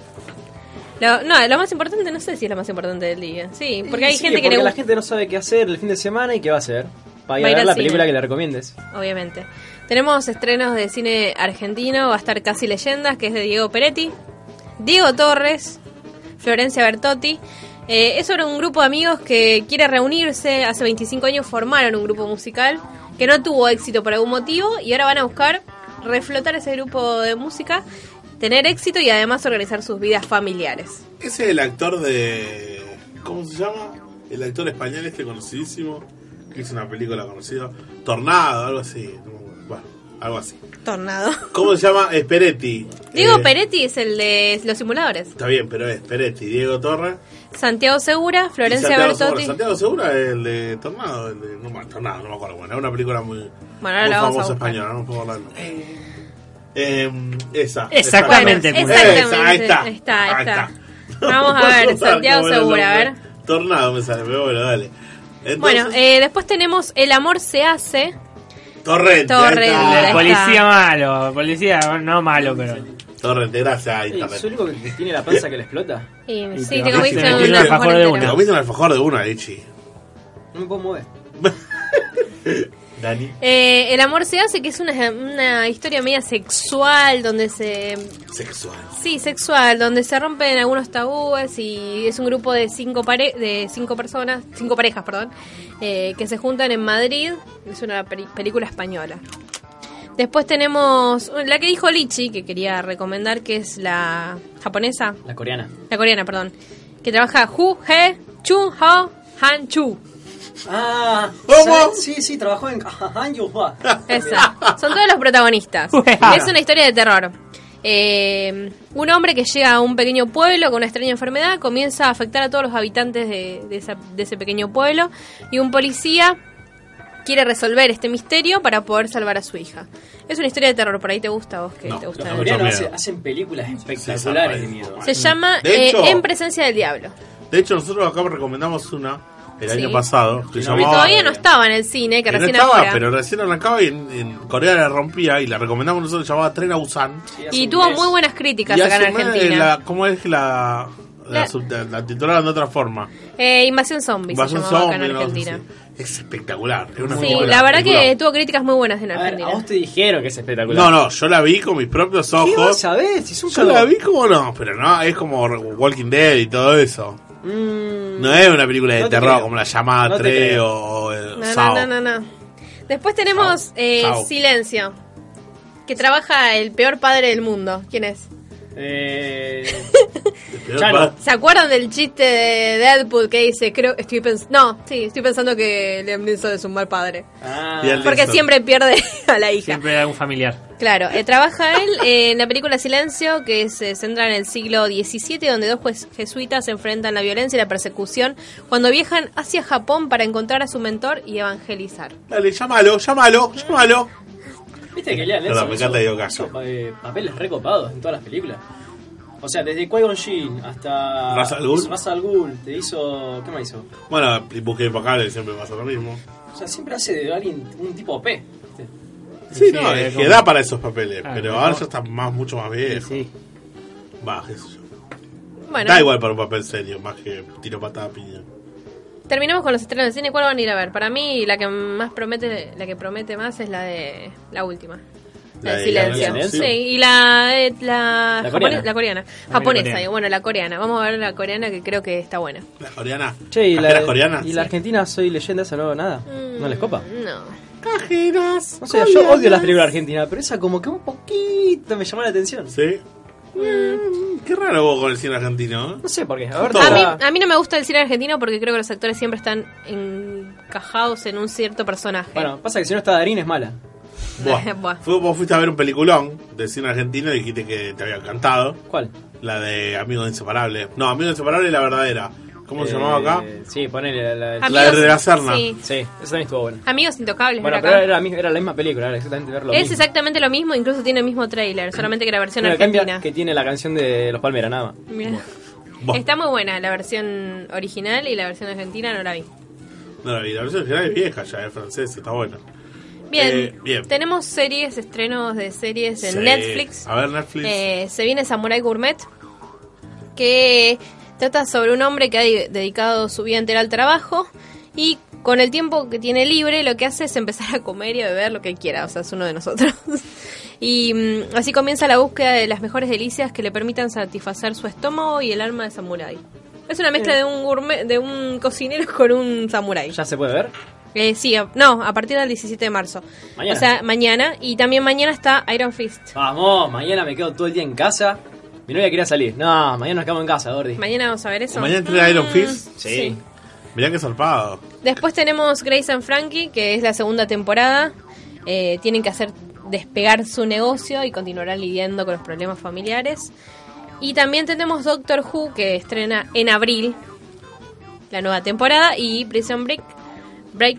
[SPEAKER 8] lo- no, lo más importante, no sé si es lo más importante del día. Sí, porque hay
[SPEAKER 6] Sí,
[SPEAKER 8] gente que
[SPEAKER 6] porque
[SPEAKER 8] le
[SPEAKER 6] la
[SPEAKER 8] gusta,
[SPEAKER 6] gente no sabe qué hacer el fin de semana y qué va a hacer. Para ir
[SPEAKER 8] Va
[SPEAKER 6] a
[SPEAKER 8] a ir
[SPEAKER 6] ver
[SPEAKER 8] al
[SPEAKER 6] la
[SPEAKER 8] cine.
[SPEAKER 6] película que le recomiendes.
[SPEAKER 8] obviamente. Tenemos estrenos de cine argentino, va a estar Casi Leyendas, que es de Diego Peretti, Diego Torres, Florencia Bertotti. Eh, es sobre un grupo de amigos que quiere reunirse. Hace 25 años formaron un grupo musical que no tuvo éxito por algún motivo y ahora van a buscar reflotar ese grupo de música, tener éxito y además organizar sus vidas familiares.
[SPEAKER 5] Ese es el actor de. ¿Cómo se llama? El actor español este conocidísimo. Que hizo una película conocida. Tornado, algo así. no me acuerdo. Bueno, algo así.
[SPEAKER 8] Tornado.
[SPEAKER 5] ¿Cómo se llama? Es Peretti.
[SPEAKER 8] Diego
[SPEAKER 5] Eh,
[SPEAKER 8] Peretti es el de los simuladores.
[SPEAKER 5] Está bien, pero es Peretti. Diego Torres.
[SPEAKER 8] Santiago Segura, Florencia
[SPEAKER 5] Y Santiago
[SPEAKER 8] Bertotti.
[SPEAKER 5] Segura. Santiago Segura es el de Tornado, el de, no, bueno, Tornado, no me acuerdo. Bueno, es una película muy,
[SPEAKER 8] ahora
[SPEAKER 5] muy
[SPEAKER 8] la vamos a
[SPEAKER 5] famosa
[SPEAKER 8] buscar.
[SPEAKER 5] española, no puedo hablarlo. Em, esa.
[SPEAKER 7] Exactamente,
[SPEAKER 5] esa.
[SPEAKER 8] exactamente.
[SPEAKER 5] Esa, ahí está.
[SPEAKER 8] Ahí está, ahí
[SPEAKER 5] Ahí
[SPEAKER 8] está.
[SPEAKER 5] está.
[SPEAKER 8] Vamos a
[SPEAKER 5] No
[SPEAKER 8] ver,
[SPEAKER 5] puedo
[SPEAKER 8] Santiago
[SPEAKER 5] saber cómo era
[SPEAKER 8] Segura, a
[SPEAKER 5] el nombre. Tornado me sale, pero bueno, dale. Entonces,
[SPEAKER 8] Bueno, eh, después tenemos El amor se hace.
[SPEAKER 5] Torrente. ahí
[SPEAKER 8] Torrente.
[SPEAKER 5] está.
[SPEAKER 7] El
[SPEAKER 8] ahí
[SPEAKER 7] policía
[SPEAKER 8] está.
[SPEAKER 7] malo, policía no malo, pero.
[SPEAKER 5] Torrente, gracias a
[SPEAKER 6] Ey, ¿Es el
[SPEAKER 5] Internet.
[SPEAKER 6] único que tiene la panza que le explota?
[SPEAKER 8] Y,
[SPEAKER 7] Y
[SPEAKER 8] sí, te
[SPEAKER 7] te comiste-
[SPEAKER 8] comiste
[SPEAKER 7] te
[SPEAKER 8] un
[SPEAKER 7] comiste un
[SPEAKER 8] alfajor
[SPEAKER 7] alfajor de
[SPEAKER 8] entero.
[SPEAKER 5] Te
[SPEAKER 7] una.
[SPEAKER 5] comiste un alfajor de una, Ichi.
[SPEAKER 6] No me puedo mover.
[SPEAKER 5] Dani.
[SPEAKER 8] Eh, el amor se hace, que es una, una historia media sexual, donde se...
[SPEAKER 5] Sexual.
[SPEAKER 8] Sí, sexual, donde se rompen algunos tabúes y es un grupo de cinco, pare de cinco personas, cinco parejas, perdón, eh, que se juntan en Madrid. Es una peri- película española. Después tenemos la que dijo Lichi, que quería recomendar, que es la japonesa,
[SPEAKER 6] La coreana.
[SPEAKER 8] la coreana, perdón, que trabaja Hu He Chun Ho Han Chu.
[SPEAKER 6] Ah,
[SPEAKER 5] ¿Cómo?
[SPEAKER 6] Sí, sí, trabajó en Yuhua.
[SPEAKER 8] Esa. Son todos los protagonistas. es una historia de terror. Eh, un hombre que llega a un pequeño pueblo con una extraña enfermedad comienza a afectar a todos los habitantes de, de esa- de ese pequeño pueblo y un policía quiere resolver este misterio para poder salvar a su hija. Es una historia de terror, por ahí te gusta a vos que
[SPEAKER 5] No,
[SPEAKER 8] te
[SPEAKER 6] Los
[SPEAKER 5] no,
[SPEAKER 8] gusta. ver.
[SPEAKER 6] coreanos
[SPEAKER 5] Mucho miedo.
[SPEAKER 6] hace- hacen películas
[SPEAKER 5] Sí, esa
[SPEAKER 6] espectaculares
[SPEAKER 5] país.
[SPEAKER 6] de miedo.
[SPEAKER 8] Se llama
[SPEAKER 5] Mm. De
[SPEAKER 8] eh,
[SPEAKER 5] hecho-
[SPEAKER 8] En presencia del diablo.
[SPEAKER 5] De hecho, nosotros acá recomendamos una el
[SPEAKER 8] Sí.
[SPEAKER 5] año pasado. Que
[SPEAKER 6] Que
[SPEAKER 5] llamaba- eh,
[SPEAKER 8] Todavía no estaba en el cine, que
[SPEAKER 5] no
[SPEAKER 8] recién
[SPEAKER 5] estaba,
[SPEAKER 8] ahora.
[SPEAKER 5] pero recién arrancaba y en, en Corea la rompía y la recomendamos nosotros, llamaba Tren a Busan.
[SPEAKER 8] Y tuvo muy buenas críticas
[SPEAKER 5] Y
[SPEAKER 8] acá en
[SPEAKER 5] hace más de
[SPEAKER 8] Argentina.
[SPEAKER 5] la- ¿Cómo es que la, la,
[SPEAKER 8] La-
[SPEAKER 5] sub- la- la titularon de otra forma?
[SPEAKER 8] Eh, Invasión Zombie
[SPEAKER 5] Invasión
[SPEAKER 8] se llamaba acá
[SPEAKER 5] Zombie,
[SPEAKER 8] en
[SPEAKER 5] no sé
[SPEAKER 8] Argentina.
[SPEAKER 5] si- Es espectacular. es una
[SPEAKER 8] Sí,
[SPEAKER 5] película,
[SPEAKER 8] la verdad que
[SPEAKER 5] película.
[SPEAKER 8] tuvo críticas muy buenas en
[SPEAKER 6] A ver,
[SPEAKER 8] Argentina.
[SPEAKER 6] a vos te dijeron que es espectacular.
[SPEAKER 5] No, no, yo la vi con mis propios
[SPEAKER 6] ¿Qué
[SPEAKER 5] ojos.
[SPEAKER 6] vas a ver? Si es un
[SPEAKER 5] Yo la
[SPEAKER 6] cagón.
[SPEAKER 5] vi como no, pero no, es como Walking Dead y todo eso.
[SPEAKER 6] Mm,
[SPEAKER 5] No es una película de
[SPEAKER 6] No te
[SPEAKER 5] terror
[SPEAKER 6] creo.
[SPEAKER 5] como la llamada
[SPEAKER 6] No te
[SPEAKER 5] 3
[SPEAKER 6] creo.
[SPEAKER 5] o eh,
[SPEAKER 8] No,
[SPEAKER 5] Saw.
[SPEAKER 8] no, no, no, no. Después tenemos
[SPEAKER 5] Sao.
[SPEAKER 8] eh,
[SPEAKER 5] Sao.
[SPEAKER 8] Silencio, que trabaja el peor padre del mundo. ¿Quién es?
[SPEAKER 6] eh,
[SPEAKER 5] Pero
[SPEAKER 6] Chano.
[SPEAKER 5] para-
[SPEAKER 8] ¿Se acuerdan del chiste de Deadpool que dice, creo, estoy pensando, no, sí, estoy pensando que Liam Neeson es un mal padre?
[SPEAKER 6] ah,
[SPEAKER 5] Y al-
[SPEAKER 8] Porque
[SPEAKER 5] Neeson.
[SPEAKER 8] siempre pierde a la hija.
[SPEAKER 7] Siempre hay algún familiar.
[SPEAKER 8] Claro, eh, trabaja él eh, en la película Silencio, que se centra en el siglo XVII, donde dos juez- jesuitas se enfrentan la violencia y la persecución cuando viajan hacia Japón para encontrar a su mentor y evangelizar.
[SPEAKER 5] Dale, llámalo, llámalo, llámalo.
[SPEAKER 6] Viste que Liam
[SPEAKER 5] Perdón,
[SPEAKER 6] Neeson
[SPEAKER 5] me encanta
[SPEAKER 6] hizo-
[SPEAKER 5] Diego Caso.
[SPEAKER 6] hizo, eh, papeles recopados en todas las películas. O sea, desde Qui-Gon Jinn hasta...
[SPEAKER 5] Ra's al Ghul.
[SPEAKER 6] hizo Ra's al Ghul, te hizo... ¿Qué más hizo?
[SPEAKER 5] Bueno, y busqué impacable, siempre pasa lo mismo.
[SPEAKER 6] O sea, siempre hace de alguien un tipo OP. ¿viste?
[SPEAKER 5] Sí,
[SPEAKER 7] Sí,
[SPEAKER 5] no,
[SPEAKER 7] es
[SPEAKER 5] es que
[SPEAKER 7] como-
[SPEAKER 5] da para esos papeles,
[SPEAKER 7] Ah,
[SPEAKER 5] pero
[SPEAKER 7] no.
[SPEAKER 5] ahora ya está más, mucho más
[SPEAKER 7] Sí,
[SPEAKER 5] viejo.
[SPEAKER 7] sí.
[SPEAKER 5] Va, qué sé yo.
[SPEAKER 8] Bueno,
[SPEAKER 5] Da igual para un papel serio, más que tiro patada piña.
[SPEAKER 8] terminamos con los estrenos de cine. ¿Cuál van a ir a ver? Para mí, la que más promete, la que promete más es la de la última. La, de silencio.
[SPEAKER 5] Silencio,
[SPEAKER 8] Sí,
[SPEAKER 5] sí.
[SPEAKER 8] y la, eh, la,
[SPEAKER 6] La
[SPEAKER 8] japone-
[SPEAKER 6] coreana.
[SPEAKER 8] la coreana. Japonesa, digo, bueno, la coreana. Vamos a ver la coreana que creo que está buena.
[SPEAKER 5] La coreana.
[SPEAKER 6] Che, y la,
[SPEAKER 5] ¿Cajeras coreanas?
[SPEAKER 6] y la Argentina soy leyenda, esa no nada. ¿No les copa?
[SPEAKER 8] Mm, No.
[SPEAKER 5] Cajeras.
[SPEAKER 6] No sé, yo odio las películas argentinas, pero esa como que un poquito me llamó la atención.
[SPEAKER 5] Sí. Mm, qué raro vos con el cine argentino, ¿eh?
[SPEAKER 6] No sé por qué. A ver,
[SPEAKER 5] Todo.
[SPEAKER 8] A
[SPEAKER 6] está-
[SPEAKER 8] mí, a mí no me gusta el cine argentino porque creo que los actores siempre están en- encajados en un cierto personaje.
[SPEAKER 6] Bueno, pasa que si no está Darín es mala.
[SPEAKER 5] Buah.
[SPEAKER 8] Buah.
[SPEAKER 5] Fue- vos fuiste a ver un peliculón de cine argentino y dijiste que te había encantado.
[SPEAKER 6] ¿Cuál?
[SPEAKER 5] La de Amigos Inseparables. No, Amigos Inseparables la verdadera. ¿Cómo se
[SPEAKER 6] Eh,
[SPEAKER 5] llamaba acá?
[SPEAKER 6] Sí, ponele la. la-
[SPEAKER 5] Ami- La de la Serna.
[SPEAKER 8] sí.
[SPEAKER 6] sí, esa también estuvo buena.
[SPEAKER 8] Amigos intocables.
[SPEAKER 6] Bueno,
[SPEAKER 8] era
[SPEAKER 6] pero
[SPEAKER 8] acá.
[SPEAKER 6] era, la mi- era la misma película, era exactamente verlo.
[SPEAKER 8] es exactamente lo mismo, incluso tiene el mismo trailer, solamente que la versión argentina.
[SPEAKER 6] que tiene la canción de Los Palmeras, nada más.
[SPEAKER 8] Mirá.
[SPEAKER 5] Buah,
[SPEAKER 8] Está muy buena la versión original y la versión argentina no la vi.
[SPEAKER 5] no la vi. La versión original es vieja ya, es francesa, está buena.
[SPEAKER 8] Bien,
[SPEAKER 5] Eh, bien.
[SPEAKER 8] tenemos series, estrenos de series en
[SPEAKER 5] Sí.
[SPEAKER 8] Netflix.
[SPEAKER 5] A ver, Netflix.
[SPEAKER 8] Eh, se viene Samurai Gourmet, que trata sobre un hombre que ha de- dedicado su vida entera al trabajo y con el tiempo que tiene libre lo que hace es empezar a comer y a beber lo que quiera, o sea, es uno de nosotros. y mm, así comienza la búsqueda de las mejores delicias que le permitan satisfacer su estómago y el alma de samurái. Es una mezcla de un gourmet, de un cocinero con un samurái.
[SPEAKER 6] Mm. ¿Ya se puede ver?
[SPEAKER 8] Eh, sí, a- no, a partir del 17 de marzo.
[SPEAKER 6] Mañana.
[SPEAKER 8] O sea, mañana. Y también mañana está Iron Fist.
[SPEAKER 6] Vamos, mañana me quedo todo el día en casa. Mi novia quería salir. No, mañana nos quedamos en casa, Gordi.
[SPEAKER 8] Mañana vamos a ver eso. Mm.
[SPEAKER 5] Mañana entra Iron Fist.
[SPEAKER 6] Sí.
[SPEAKER 5] Mirá que zarpado.
[SPEAKER 8] Después tenemos Grace and Frankie, que es la segunda temporada. Eh, tienen que hacer despegar su negocio y continuarán lidiando con los problemas familiares. Y también tenemos Doctor Who, que estrena en abril la nueva temporada. Y Prison Break, Break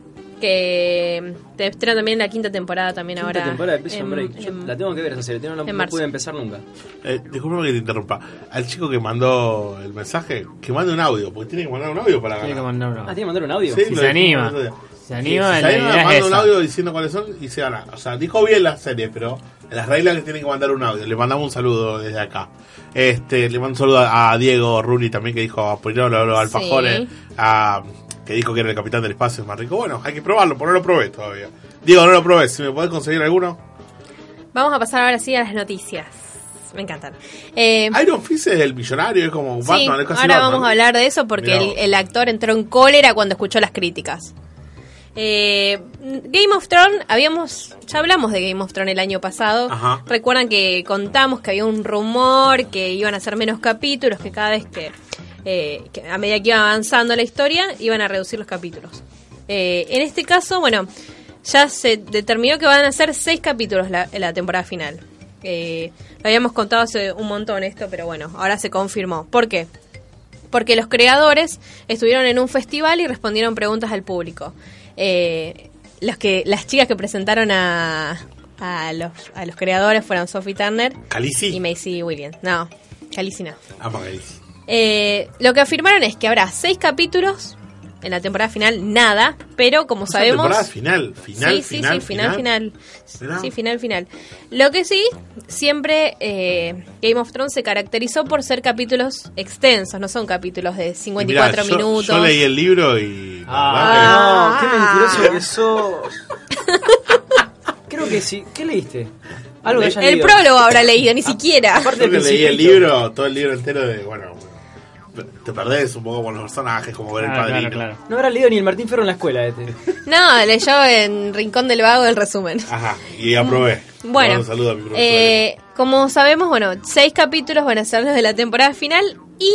[SPEAKER 8] que te estrena también la quinta temporada también
[SPEAKER 6] Quinta
[SPEAKER 8] ahora.
[SPEAKER 6] temporada de Prison
[SPEAKER 8] en-
[SPEAKER 6] Break. Yo
[SPEAKER 8] en-
[SPEAKER 6] la tengo que ver esa serie, no, no-
[SPEAKER 8] en
[SPEAKER 6] no
[SPEAKER 8] marzo.
[SPEAKER 6] pude empezar nunca.
[SPEAKER 5] Eh, disculpame que te interrumpa. Al chico que mandó el mensaje, que mande un audio, porque tiene que mandar un audio para ganar.
[SPEAKER 7] Tiene que mandar uno.
[SPEAKER 6] Ah, tiene que mandar un audio.
[SPEAKER 5] Sí,
[SPEAKER 7] Si
[SPEAKER 5] lo
[SPEAKER 7] se
[SPEAKER 5] dijimos
[SPEAKER 7] anima.
[SPEAKER 5] el otro día.
[SPEAKER 7] Se anima,
[SPEAKER 5] Sí, si
[SPEAKER 7] la
[SPEAKER 5] se anima,
[SPEAKER 7] idea es
[SPEAKER 5] manda un
[SPEAKER 7] esa.
[SPEAKER 5] audio diciendo cuáles son y se gana. O sea, dijo bien las series, pero las reglas que tienen que mandar un audio. Le mandamos un saludo desde acá. Este, le mando un saludo a a Diego Runi también que dijo "Ah, pues a Pulero, a los alfajores,
[SPEAKER 8] Sí.
[SPEAKER 5] a- que dijo que era el capitán del espacio es más rico. Bueno, hay que probarlo, pero no lo probé todavía. Diego, no lo probé. Si me podés conseguir alguno.
[SPEAKER 8] Vamos a pasar ahora sí a las noticias. Me encantan.
[SPEAKER 6] Ah,
[SPEAKER 8] Eh,
[SPEAKER 5] Iron Fist es el millonario, es como un
[SPEAKER 8] sí,
[SPEAKER 5] Batman, es
[SPEAKER 8] ahora
[SPEAKER 5] casi Batman.
[SPEAKER 8] vamos a hablar de eso porque
[SPEAKER 5] Mirá
[SPEAKER 8] el,
[SPEAKER 5] vos.
[SPEAKER 8] el actor entró en cólera cuando escuchó las críticas. Eh, Game of Thrones, habíamos, ya hablamos de Game of Thrones el año pasado.
[SPEAKER 5] Ajá.
[SPEAKER 8] Recuerdan que contamos que había un rumor que iban a ser menos capítulos, que cada vez que, eh, que a medida que iba avanzando la historia, iban a reducir los capítulos. Eh, en este caso, bueno, ya se determinó que van a ser seis capítulos la, la temporada final. Eh, lo habíamos contado hace un montón esto, pero bueno, ahora se confirmó. ¿Por qué? porque los creadores estuvieron en un festival y respondieron preguntas al público. Eh, los que, las chicas que presentaron a, a, los, a los creadores fueron Sophie Turner
[SPEAKER 5] Khaleesi.
[SPEAKER 8] y Macy Williams. No, Khaleesi no.
[SPEAKER 5] Ama Khaleesi.
[SPEAKER 8] Eh, lo que afirmaron es que habrá seis capítulos, en la temporada final nada, pero como
[SPEAKER 5] O sea,
[SPEAKER 8] sabemos...
[SPEAKER 5] temporada final, final,
[SPEAKER 8] sí, sí,
[SPEAKER 5] final,
[SPEAKER 8] sí, final, final.
[SPEAKER 5] Mirá.
[SPEAKER 8] Sí, final, final. Lo que sí, siempre eh, Game of Thrones se caracterizó por ser capítulos extensos, no son capítulos de
[SPEAKER 5] Y mirá,
[SPEAKER 8] 54
[SPEAKER 5] yo-
[SPEAKER 8] minutos.
[SPEAKER 5] Yo, leí el libro y. la verdad que-
[SPEAKER 6] Ah, no, qué
[SPEAKER 8] Ah.
[SPEAKER 6] mentiroso que sos. Creo que sí. ¿Qué leíste? Algo que hayas
[SPEAKER 8] el
[SPEAKER 6] leído.
[SPEAKER 8] prólogo habrá leído,
[SPEAKER 5] Ah.
[SPEAKER 8] ni siquiera.
[SPEAKER 6] Aparte
[SPEAKER 5] Yo
[SPEAKER 6] del
[SPEAKER 5] que leí el
[SPEAKER 6] Principito.
[SPEAKER 5] libro, todo el libro entero de, bueno, te perdés un poco con los personajes, como ver
[SPEAKER 7] Ah, Claro,
[SPEAKER 5] el padrino.
[SPEAKER 7] claro, claro.
[SPEAKER 6] No habrá leído ni el Martín Ferro en la escuela este.
[SPEAKER 8] No, leyó en Rincón del Vago el resumen.
[SPEAKER 5] Ajá, y aprobé. Le mando
[SPEAKER 8] Mm, Bueno,
[SPEAKER 5] Un Ah. saludo a mi profesor.
[SPEAKER 8] eh, como sabemos, bueno, seis capítulos van a ser los de la temporada final y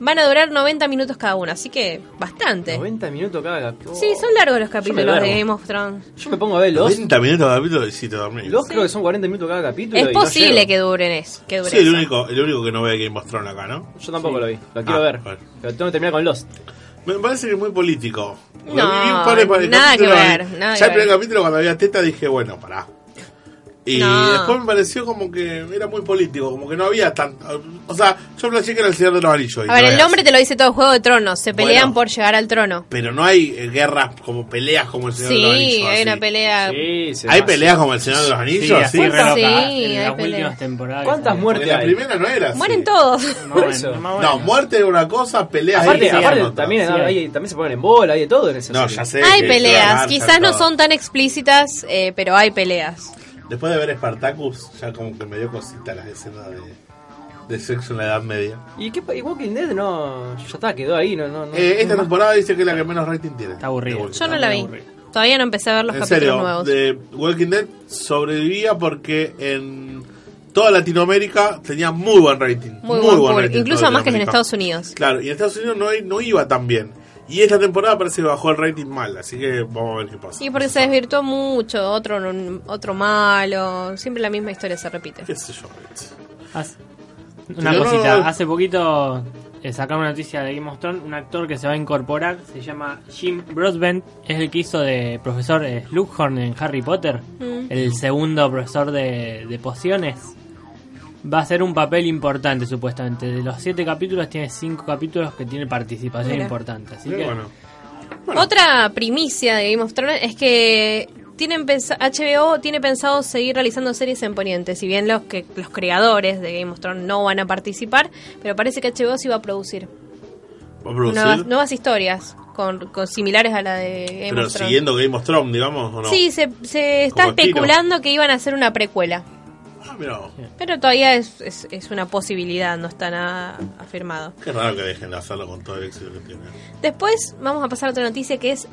[SPEAKER 8] van a durar 90 minutos cada uno, así que bastante.
[SPEAKER 6] 90 minutos cada capítulo.
[SPEAKER 8] Sí, son largos los capítulos
[SPEAKER 6] duermo.
[SPEAKER 8] de Game of Thrones.
[SPEAKER 6] Yo me pongo a ver los.
[SPEAKER 5] 90 minutos de capítulo y sí te dormís.
[SPEAKER 6] Los creo que son 40 minutos cada capítulo.
[SPEAKER 8] Es
[SPEAKER 6] y no
[SPEAKER 8] posible
[SPEAKER 6] llego.
[SPEAKER 8] que duren eso. Que duren
[SPEAKER 5] Sí, el
[SPEAKER 8] eso.
[SPEAKER 5] único, el único que no ve Game of Thrones acá, ¿no?
[SPEAKER 6] Yo tampoco lo vi. Lo quiero
[SPEAKER 5] Ah,
[SPEAKER 6] ver.
[SPEAKER 5] bueno.
[SPEAKER 6] Pero tengo que terminar con Lost.
[SPEAKER 5] Me parece que es muy político. Porque
[SPEAKER 8] No,
[SPEAKER 5] vi un par de- par de
[SPEAKER 8] nada que
[SPEAKER 5] capítulos
[SPEAKER 8] ver,
[SPEAKER 5] y
[SPEAKER 8] nada
[SPEAKER 5] ya
[SPEAKER 8] que
[SPEAKER 5] el primer
[SPEAKER 8] ver.
[SPEAKER 5] capítulo, cuando había teta, dije, bueno, pará. Y
[SPEAKER 8] No.
[SPEAKER 5] después me pareció como que era muy político, como que no había tanto. O sea, yo pensé que era el Señor de los Anillos. y
[SPEAKER 8] A ver,
[SPEAKER 5] no
[SPEAKER 8] el
[SPEAKER 5] era
[SPEAKER 8] nombre
[SPEAKER 5] así.
[SPEAKER 8] te lo dice todo Juego de Tronos. Se
[SPEAKER 5] Bueno.
[SPEAKER 8] pelean por llegar al trono.
[SPEAKER 5] Pero no hay eh, guerras como peleas como el Señor de los Anillos.
[SPEAKER 8] Sí, hay
[SPEAKER 5] así.
[SPEAKER 8] una pelea.
[SPEAKER 6] Sí, se
[SPEAKER 5] ¿Hay
[SPEAKER 6] va.
[SPEAKER 5] peleas como el Señor de los Anillos?
[SPEAKER 7] así,
[SPEAKER 5] Sí,
[SPEAKER 7] re
[SPEAKER 8] ¿Cuántas?
[SPEAKER 7] loca.
[SPEAKER 8] Sí,
[SPEAKER 7] en
[SPEAKER 8] hay
[SPEAKER 7] las
[SPEAKER 8] peleas.
[SPEAKER 7] últimas temporadas.
[SPEAKER 6] ¿Cuántas
[SPEAKER 5] Porque
[SPEAKER 6] muertes
[SPEAKER 5] la
[SPEAKER 6] hay?
[SPEAKER 5] primera no era así.
[SPEAKER 8] Mueren todos.
[SPEAKER 7] No,
[SPEAKER 6] Por
[SPEAKER 7] bueno,
[SPEAKER 6] eso.
[SPEAKER 7] más bueno.
[SPEAKER 5] No, muerte era una cosa, peleas
[SPEAKER 6] Aparte,
[SPEAKER 5] era
[SPEAKER 6] aparte
[SPEAKER 5] otra.
[SPEAKER 6] también,
[SPEAKER 7] Sí,
[SPEAKER 6] hay- también se ponen en bola, hay de todo en esa
[SPEAKER 5] No,
[SPEAKER 6] serie.
[SPEAKER 5] ya sé.
[SPEAKER 8] hay
[SPEAKER 5] que
[SPEAKER 8] peleas.
[SPEAKER 5] Marshall,
[SPEAKER 8] Quizás no
[SPEAKER 5] todo.
[SPEAKER 8] son tan explícitas, eh, pero hay peleas.
[SPEAKER 5] Después de ver Spartacus, ya como que me dio cosita las escenas de, de sexo en la Edad Media.
[SPEAKER 6] ¿Y, qué, pa- y Walking Dead no. Ya está, quedó ahí. No, no, no,
[SPEAKER 5] Eh, esta
[SPEAKER 6] no más.
[SPEAKER 5] temporada dice que es la que menos rating tiene.
[SPEAKER 7] Está aburrida.
[SPEAKER 5] De Walking
[SPEAKER 8] Yo no
[SPEAKER 5] Dead.
[SPEAKER 8] la vi. Todavía no empecé a ver los
[SPEAKER 5] En
[SPEAKER 8] capítulos
[SPEAKER 5] serio,
[SPEAKER 8] nuevos.
[SPEAKER 5] de Walking Dead sobrevivía porque en toda Latinoamérica tenía muy buen rating.
[SPEAKER 8] Muy, buen, público.
[SPEAKER 5] rating en
[SPEAKER 8] Incluso
[SPEAKER 5] toda
[SPEAKER 8] más que en
[SPEAKER 5] Latinoamérica.
[SPEAKER 8] Estados Unidos.
[SPEAKER 5] Claro, y en Estados Unidos no, no iba tan bien. Y esta temporada parece que bajó el rating mal, así que vamos a ver qué pasa.
[SPEAKER 8] Sí, porque se desvirtuó mucho, otro otro malo, siempre la misma historia se repite.
[SPEAKER 5] ¿Qué sé yo?
[SPEAKER 7] Hace- una
[SPEAKER 5] Pero no,
[SPEAKER 7] cosita,
[SPEAKER 5] no, no.
[SPEAKER 7] hace poquito eh, sacaron una noticia de Game of Thrones, un actor que se va a incorporar, se llama Jim Broadbent, es el que hizo de profesor eh, Slughorn en Harry Potter,
[SPEAKER 8] Mm.
[SPEAKER 7] el segundo profesor de, de pociones. Va a ser un papel importante supuestamente, de los siete capítulos tiene cinco capítulos que tiene participación
[SPEAKER 8] Mira.
[SPEAKER 7] importante, así
[SPEAKER 5] Pero
[SPEAKER 7] que...
[SPEAKER 5] bueno.
[SPEAKER 8] Otra primicia de Game of Thrones es que tienen pensa- HBO tiene pensado seguir realizando series en Poniente, si bien los que los creadores de Game of Thrones no van a participar, pero parece que HBO sí va a producir,
[SPEAKER 5] ¿Va a producir?
[SPEAKER 8] Nuevas, nuevas historias con, con similares a la de Game
[SPEAKER 5] Pero
[SPEAKER 8] of Thrones.
[SPEAKER 5] siguiendo Game of Thrones, digamos, ¿o no?
[SPEAKER 8] Sí, se, se está
[SPEAKER 5] Como estilo.
[SPEAKER 8] especulando que iban a hacer una precuela.
[SPEAKER 5] Ah, mirá vos.
[SPEAKER 8] Pero todavía es, es- es una posibilidad, no está nada afirmado.
[SPEAKER 5] Qué raro que dejen de hacerlo con todo el éxito que tiene.
[SPEAKER 8] Después vamos a pasar a otra noticia que es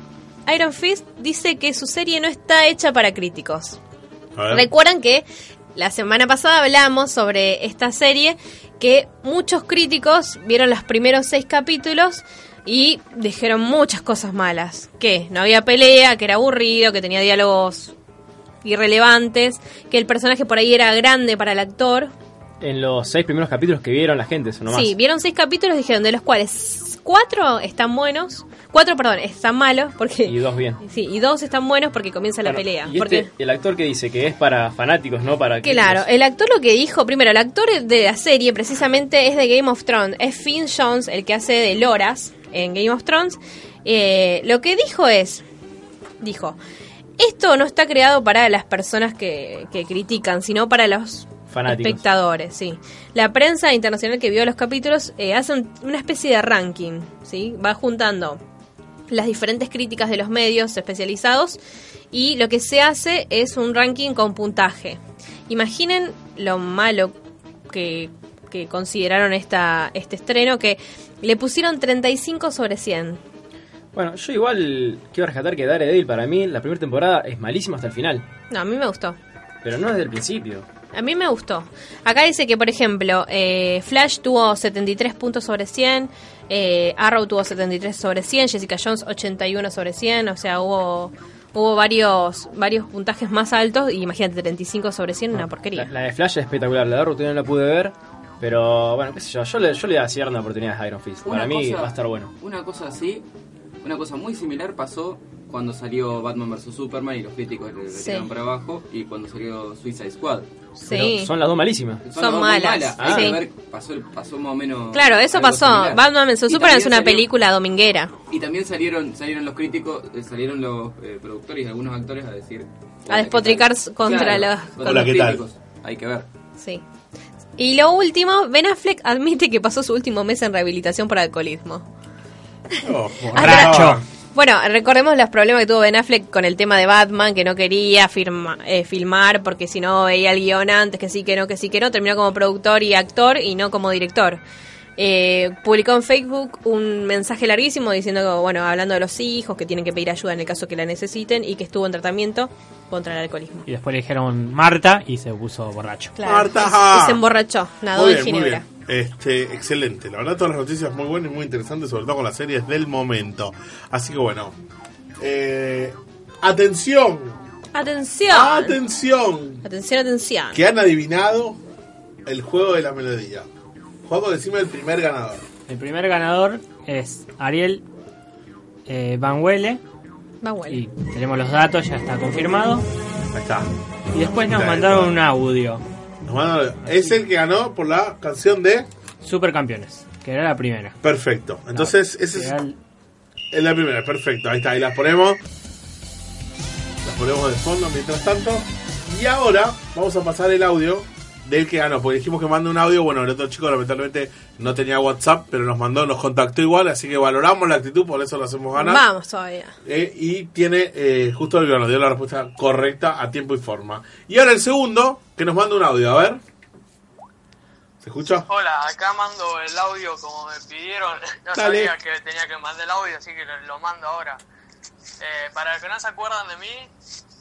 [SPEAKER 8] Iron Fist dice que su serie no está hecha para críticos.
[SPEAKER 5] A
[SPEAKER 6] Ah.
[SPEAKER 5] ver.
[SPEAKER 8] Recuerdan que la semana pasada hablamos sobre esta serie que muchos críticos vieron los primeros seis capítulos y dijeron muchas cosas malas. Que no había pelea, que era aburrido, que tenía diálogos irrelevantes, que el personaje por ahí era grande para el actor.
[SPEAKER 6] En los seis primeros capítulos que vieron la gente, eso nomás.
[SPEAKER 8] Sí, vieron seis capítulos, dijeron, de los cuales cuatro están buenos, cuatro, perdón, están malos, porque...
[SPEAKER 6] Y dos bien.
[SPEAKER 8] Sí, y dos están buenos porque comienza la
[SPEAKER 6] Bueno,
[SPEAKER 8] pelea.
[SPEAKER 6] Y
[SPEAKER 8] porque,
[SPEAKER 6] este, el actor que dice que es para fanáticos, no para... críticos.
[SPEAKER 8] claro, eh. el actor lo que dijo, primero, el actor de la serie precisamente es de Game of Thrones, es Finn Jones, el que hace de Loras en Game of Thrones. Eh, lo que dijo es, dijo, esto no está creado para las personas que, que critican, sino para los
[SPEAKER 6] Fanáticos.
[SPEAKER 8] espectadores, sí. La prensa internacional que vio los capítulos eh, hacen una especie de ranking, ¿sí? Va juntando las diferentes críticas de los medios especializados y lo que se hace es un ranking con puntaje. Imaginen lo malo que, que consideraron esta, este estreno, que le pusieron 35 sobre 100.
[SPEAKER 6] Bueno, yo igual quiero rescatar que Daredevil para mí, la primera temporada es malísima hasta el final.
[SPEAKER 8] No, a mí me gustó.
[SPEAKER 6] Pero no desde el principio.
[SPEAKER 8] A mí me gustó. Acá dice que, por ejemplo, eh, Flash tuvo 73 puntos sobre 100, eh, Arrow tuvo 73 sobre 100, Jessica Jones 81 sobre 100, o sea, hubo hubo varios varios puntajes más altos y imagínate 35 sobre 100, una porquería.
[SPEAKER 6] La, la de Flash es espectacular, la de Arrow todavía no la pude ver. Pero bueno, qué sé yo, yo le, yo le voy a dar una oportunidad a Iron Fist.
[SPEAKER 9] Una
[SPEAKER 6] para mí
[SPEAKER 9] cosa-
[SPEAKER 6] va a estar bueno.
[SPEAKER 9] Una cosa así, una cosa muy similar pasó cuando salió Batman vs Superman y los críticos le, le
[SPEAKER 8] Sí.
[SPEAKER 9] tiraron para abajo y cuando salió Suicide Squad.
[SPEAKER 8] sí.
[SPEAKER 6] Pero son las dos malísimas.
[SPEAKER 9] Son,
[SPEAKER 8] Son
[SPEAKER 9] las dos muy
[SPEAKER 8] malas,
[SPEAKER 9] Hay que
[SPEAKER 8] sí.
[SPEAKER 9] ver, pasó, pasó más o menos.
[SPEAKER 8] Claro, eso
[SPEAKER 9] algo
[SPEAKER 8] pasó.
[SPEAKER 9] similar.
[SPEAKER 8] Batman vs
[SPEAKER 9] Y
[SPEAKER 8] Superman es
[SPEAKER 9] también
[SPEAKER 8] una
[SPEAKER 9] salió-
[SPEAKER 8] película dominguera.
[SPEAKER 9] Y también salieron salieron los críticos, eh, salieron los eh, productores y algunos actores a decir.
[SPEAKER 8] A despotricar contra los-
[SPEAKER 5] Hola, ¿qué tal?
[SPEAKER 9] Hay que ver.
[SPEAKER 8] Sí. Y lo último, Ben Affleck admite que pasó su último mes en rehabilitación por alcoholismo.
[SPEAKER 5] Oh,
[SPEAKER 8] Borracho. Bueno, recordemos los problemas que tuvo Ben Affleck con el tema de Batman, que no quería firma- eh, filmar porque si no veía el guión antes, que sí, que no, que sí, que no. Terminó como productor y actor y no como director. Eh, publicó en Facebook un mensaje larguísimo diciendo, bueno, hablando de los hijos, que tienen que pedir ayuda en el caso que la necesiten y que estuvo en tratamiento contra el alcoholismo.
[SPEAKER 7] Y después le dijeron Marta y se puso borracho.
[SPEAKER 5] Marta.
[SPEAKER 8] Y se emborrachó, nadó
[SPEAKER 5] Muy
[SPEAKER 8] en
[SPEAKER 5] bien, muy
[SPEAKER 8] Ginebra.
[SPEAKER 5] bien. Este, excelente. La verdad, todas las noticias muy buenas y muy interesantes, sobre todo con las series del momento. Así que bueno. Eh, atención.
[SPEAKER 8] Atención.
[SPEAKER 5] Atención.
[SPEAKER 8] atención, atención.
[SPEAKER 5] Que han adivinado el juego de la melodía. Juego, decime el primer ganador.
[SPEAKER 7] El primer ganador es Ariel eh, Van Huele.
[SPEAKER 8] Va bueno.
[SPEAKER 7] Y tenemos los datos, ya está confirmado.
[SPEAKER 5] Ahí está.
[SPEAKER 7] Y después nos
[SPEAKER 5] Dale,
[SPEAKER 7] mandaron
[SPEAKER 5] dale.
[SPEAKER 7] un audio.
[SPEAKER 5] Nos mandan- Es el que ganó por la canción de
[SPEAKER 7] Supercampeones, que era la primera.
[SPEAKER 5] Perfecto. Entonces, ese
[SPEAKER 7] Que
[SPEAKER 5] es
[SPEAKER 7] era el-
[SPEAKER 5] Es la primera, perfecto. Ahí está, ahí las ponemos. Las ponemos de fondo mientras tanto. Y ahora vamos a pasar el audio del que ganó. Porque dijimos que manda un audio. Bueno, el otro chico lamentablemente no tenía WhatsApp, pero nos mandó, nos contactó igual. Así que valoramos la actitud, por eso lo hacemos ganar.
[SPEAKER 8] Vamos todavía.
[SPEAKER 5] Eh, y tiene eh, justo el que nos dio la respuesta correcta a tiempo y forma. Y ahora el segundo, que nos manda un audio. A ver. ¿Se escucha?
[SPEAKER 11] Hola, acá mando el audio como me pidieron. No
[SPEAKER 5] Dale.
[SPEAKER 11] sabía que tenía que mandar el audio, así que lo, lo mando ahora. Eh, para los que no se acuerdan de mí,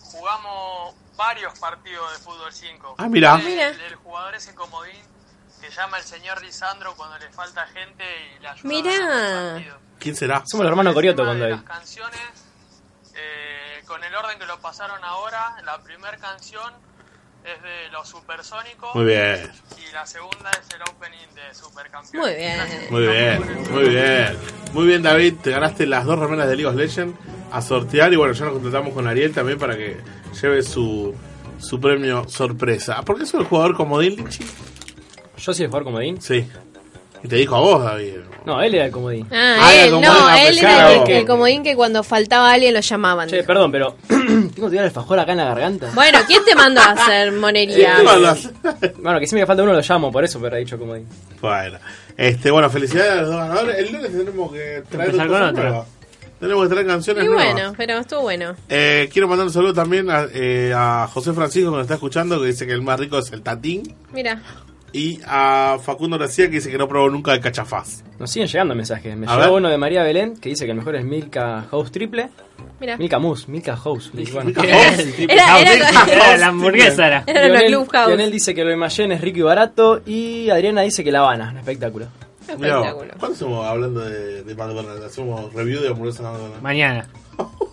[SPEAKER 11] jugamos varios partidos de fútbol 5.
[SPEAKER 5] Ah, mira.
[SPEAKER 11] El,
[SPEAKER 8] Mira.
[SPEAKER 11] el jugador ese comodín que llama el señor Lisandro cuando le falta gente y le ayuda.
[SPEAKER 8] Mirá.
[SPEAKER 5] ¿Quién será?
[SPEAKER 6] Somos el hermano Corioto cuando hay.
[SPEAKER 11] Eh, con el orden que lo pasaron ahora, la primera canción es de Los Supersónicos.
[SPEAKER 5] Muy bien.
[SPEAKER 11] Y la segunda es el opening de Supercampeón.
[SPEAKER 8] Muy bien.
[SPEAKER 5] Muy bien, muy bien. Muy bien, David. Te ganaste las dos remeras de League of Legends a sortear. Y bueno, ya nos contratamos con Ariel también para que lleve su, su premio sorpresa. ¿Por qué es el jugador comodín, Lichi?
[SPEAKER 6] ¿Yo soy el jugador comodín?
[SPEAKER 5] Sí. Y te dijo a vos, David.
[SPEAKER 6] No, él era el comodín.
[SPEAKER 8] Ah,
[SPEAKER 5] Ah, era
[SPEAKER 8] él,
[SPEAKER 5] como
[SPEAKER 8] no,
[SPEAKER 5] una
[SPEAKER 8] él
[SPEAKER 5] pesada,
[SPEAKER 8] era el,
[SPEAKER 5] vos.
[SPEAKER 8] el comodín que cuando faltaba alguien lo llamaban.
[SPEAKER 6] Che, perdón, pero. Tengo que tirar el fajor acá en la garganta.
[SPEAKER 8] Bueno, ¿quién te mandó a hacer monería?
[SPEAKER 6] Bueno, que si me falta uno lo llamo, por eso, pero ha dicho comodín.
[SPEAKER 5] Bueno, este, bueno, felicidades a los dos ganadores. El lunes tendremos que traer
[SPEAKER 6] Empezar
[SPEAKER 5] cosas
[SPEAKER 6] con otra.
[SPEAKER 5] nuevas. Tenemos que traer canciones
[SPEAKER 8] Y
[SPEAKER 5] nuevas.
[SPEAKER 8] bueno, pero estuvo bueno.
[SPEAKER 5] Eh, quiero mandar un saludo también a, eh, a José Francisco que nos está escuchando, que dice que el más rico es el tatín.
[SPEAKER 8] Mira,
[SPEAKER 5] Y a Facundo García que dice que no probó nunca el cachafaz.
[SPEAKER 6] Nos siguen llegando mensajes. Me
[SPEAKER 5] A
[SPEAKER 6] llegó
[SPEAKER 5] ver.
[SPEAKER 6] uno de María Belén que dice que el mejor es Milka House triple.
[SPEAKER 8] mira.
[SPEAKER 6] Milka Mus, Milka House. Y bueno,
[SPEAKER 5] Milka House.
[SPEAKER 8] Era- era-
[SPEAKER 7] Ah, Era la hamburguesa, era.
[SPEAKER 8] Era una
[SPEAKER 6] Lionel-
[SPEAKER 8] Clubhouse.
[SPEAKER 6] Lionel dice que lo de Mayen es rico y barato. Y Adriana dice que La Habana, un espectáculo.
[SPEAKER 5] Mirá vos,
[SPEAKER 8] Espectáculo.
[SPEAKER 5] ¿Cuándo estamos hablando de, de McDonald's? ¿Hacemos review de hamburguesas McDonald's?
[SPEAKER 7] Mañana.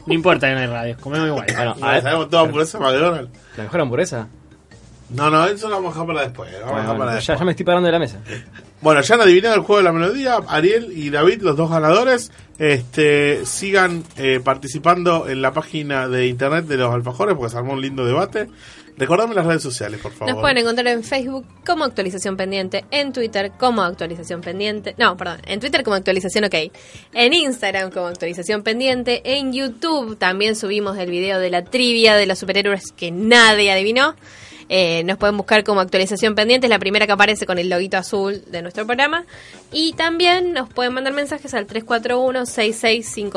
[SPEAKER 7] No importa que no hay radio, comemos igual.
[SPEAKER 6] Bueno,
[SPEAKER 5] No,
[SPEAKER 6] a ver,
[SPEAKER 5] Ah, ¿Sabemos todas hamburguesas McDonald's?
[SPEAKER 6] ¿la mejor hamburguesa?
[SPEAKER 5] No, no, eso lo vamos a dejar para después. lo vamos a
[SPEAKER 6] Bueno,
[SPEAKER 5] dejar para
[SPEAKER 6] ya,
[SPEAKER 5] después.
[SPEAKER 6] ya me estoy parando de la mesa.
[SPEAKER 5] Bueno, ya han adivinado el juego de la melodía. Ariel y David, los dos ganadores. Este, sigan eh, participando en la página de internet de los alfajores porque se armó un lindo debate. Recordame las redes sociales, por favor.
[SPEAKER 8] Nos pueden encontrar en Facebook como actualización pendiente, en Twitter como actualización pendiente, no, perdón, en Twitter como actualización ok, en Instagram como actualización pendiente, en YouTube también subimos el video de la trivia de los superhéroes que nadie adivinó. Eh, nos pueden buscar como actualización pendiente, es la primera que aparece con el loguito azul de nuestro programa. Y también nos pueden mandar mensajes al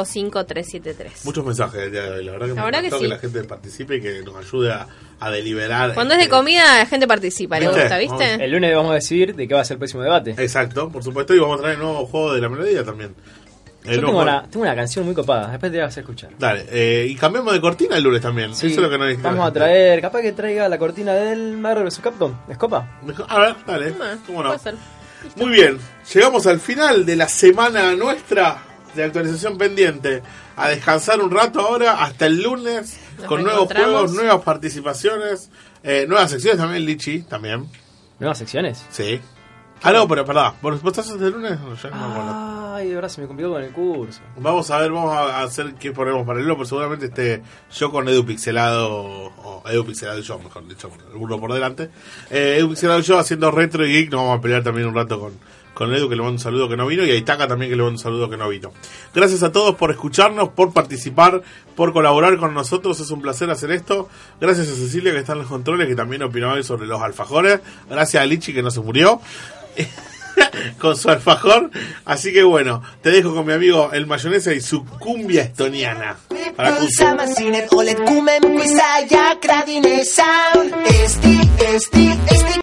[SPEAKER 8] 341-6655-373.
[SPEAKER 5] Muchos mensajes del día de hoy. La verdad que
[SPEAKER 8] La
[SPEAKER 5] me
[SPEAKER 8] verdad
[SPEAKER 5] encantó
[SPEAKER 8] que sí.
[SPEAKER 5] la gente participe y que nos ayude a, a deliberar.
[SPEAKER 8] Cuando es de
[SPEAKER 5] Este,
[SPEAKER 8] comida, la gente participa, le
[SPEAKER 5] ¿Viste?
[SPEAKER 8] gusta, ¿viste?
[SPEAKER 6] El lunes vamos a decidir de qué va a ser el próximo debate.
[SPEAKER 5] Exacto, por supuesto. Y vamos a traer el nuevo juego de la melodía también. El
[SPEAKER 6] Yo
[SPEAKER 5] nuevo
[SPEAKER 6] tengo
[SPEAKER 5] juego-
[SPEAKER 6] una, tengo una canción muy copada, después te vas a escuchar.
[SPEAKER 5] Dale, eh, y cambiamos de cortina el lunes también.
[SPEAKER 6] Sí,
[SPEAKER 5] Eso es lo que nos dijeron.
[SPEAKER 6] Vamos a traer, capaz que traiga la cortina del Marvel vs Capcom. ¿Es copa?
[SPEAKER 5] A ver, dale.
[SPEAKER 8] Ah,
[SPEAKER 5] ¿Cómo no?
[SPEAKER 8] puede ser.
[SPEAKER 5] Muy bien, llegamos al final de la semana nuestra de actualización pendiente. A descansar un rato ahora, hasta el lunes,
[SPEAKER 8] Nos
[SPEAKER 5] con nuevos
[SPEAKER 8] reencontramos.
[SPEAKER 5] juegos, nuevas participaciones, eh, nuevas secciones también, Lichi, también.
[SPEAKER 6] ¿Nuevas secciones?
[SPEAKER 5] Sí. Ah, no, pero perdón, ¿vos vos estás hasta el lunes? No, ya no me
[SPEAKER 6] Ah.
[SPEAKER 5] acuerdo.
[SPEAKER 6] Ay, de verdad se me complicó con el curso.
[SPEAKER 5] Vamos a ver, vamos a hacer qué ponemos para el lunes, pero seguramente esté yo con Edu Pixelado, o Edu Pixelado y yo, mejor dicho, el burro por delante. Eh, Edu Pixelado y yo haciendo retro y geek, nos vamos a pelear también un rato con, con Edu, que le mando un saludo que no vino, y a Itaca también que le mando un saludo que no vino. Gracias a todos por escucharnos, por participar, por colaborar con nosotros, es un placer hacer esto. Gracias a Cecilia que está en los controles, que también opinó hoy sobre los alfajores. Gracias a Lichi que no se murió con su alfajor. Así que bueno, te dejo con mi amigo el mayonesa y su cumbia estoniana. Para Cucu.
[SPEAKER 12] Kunsama színek, hol egy kumen, kuiszája, kradine sound. Esti, esti,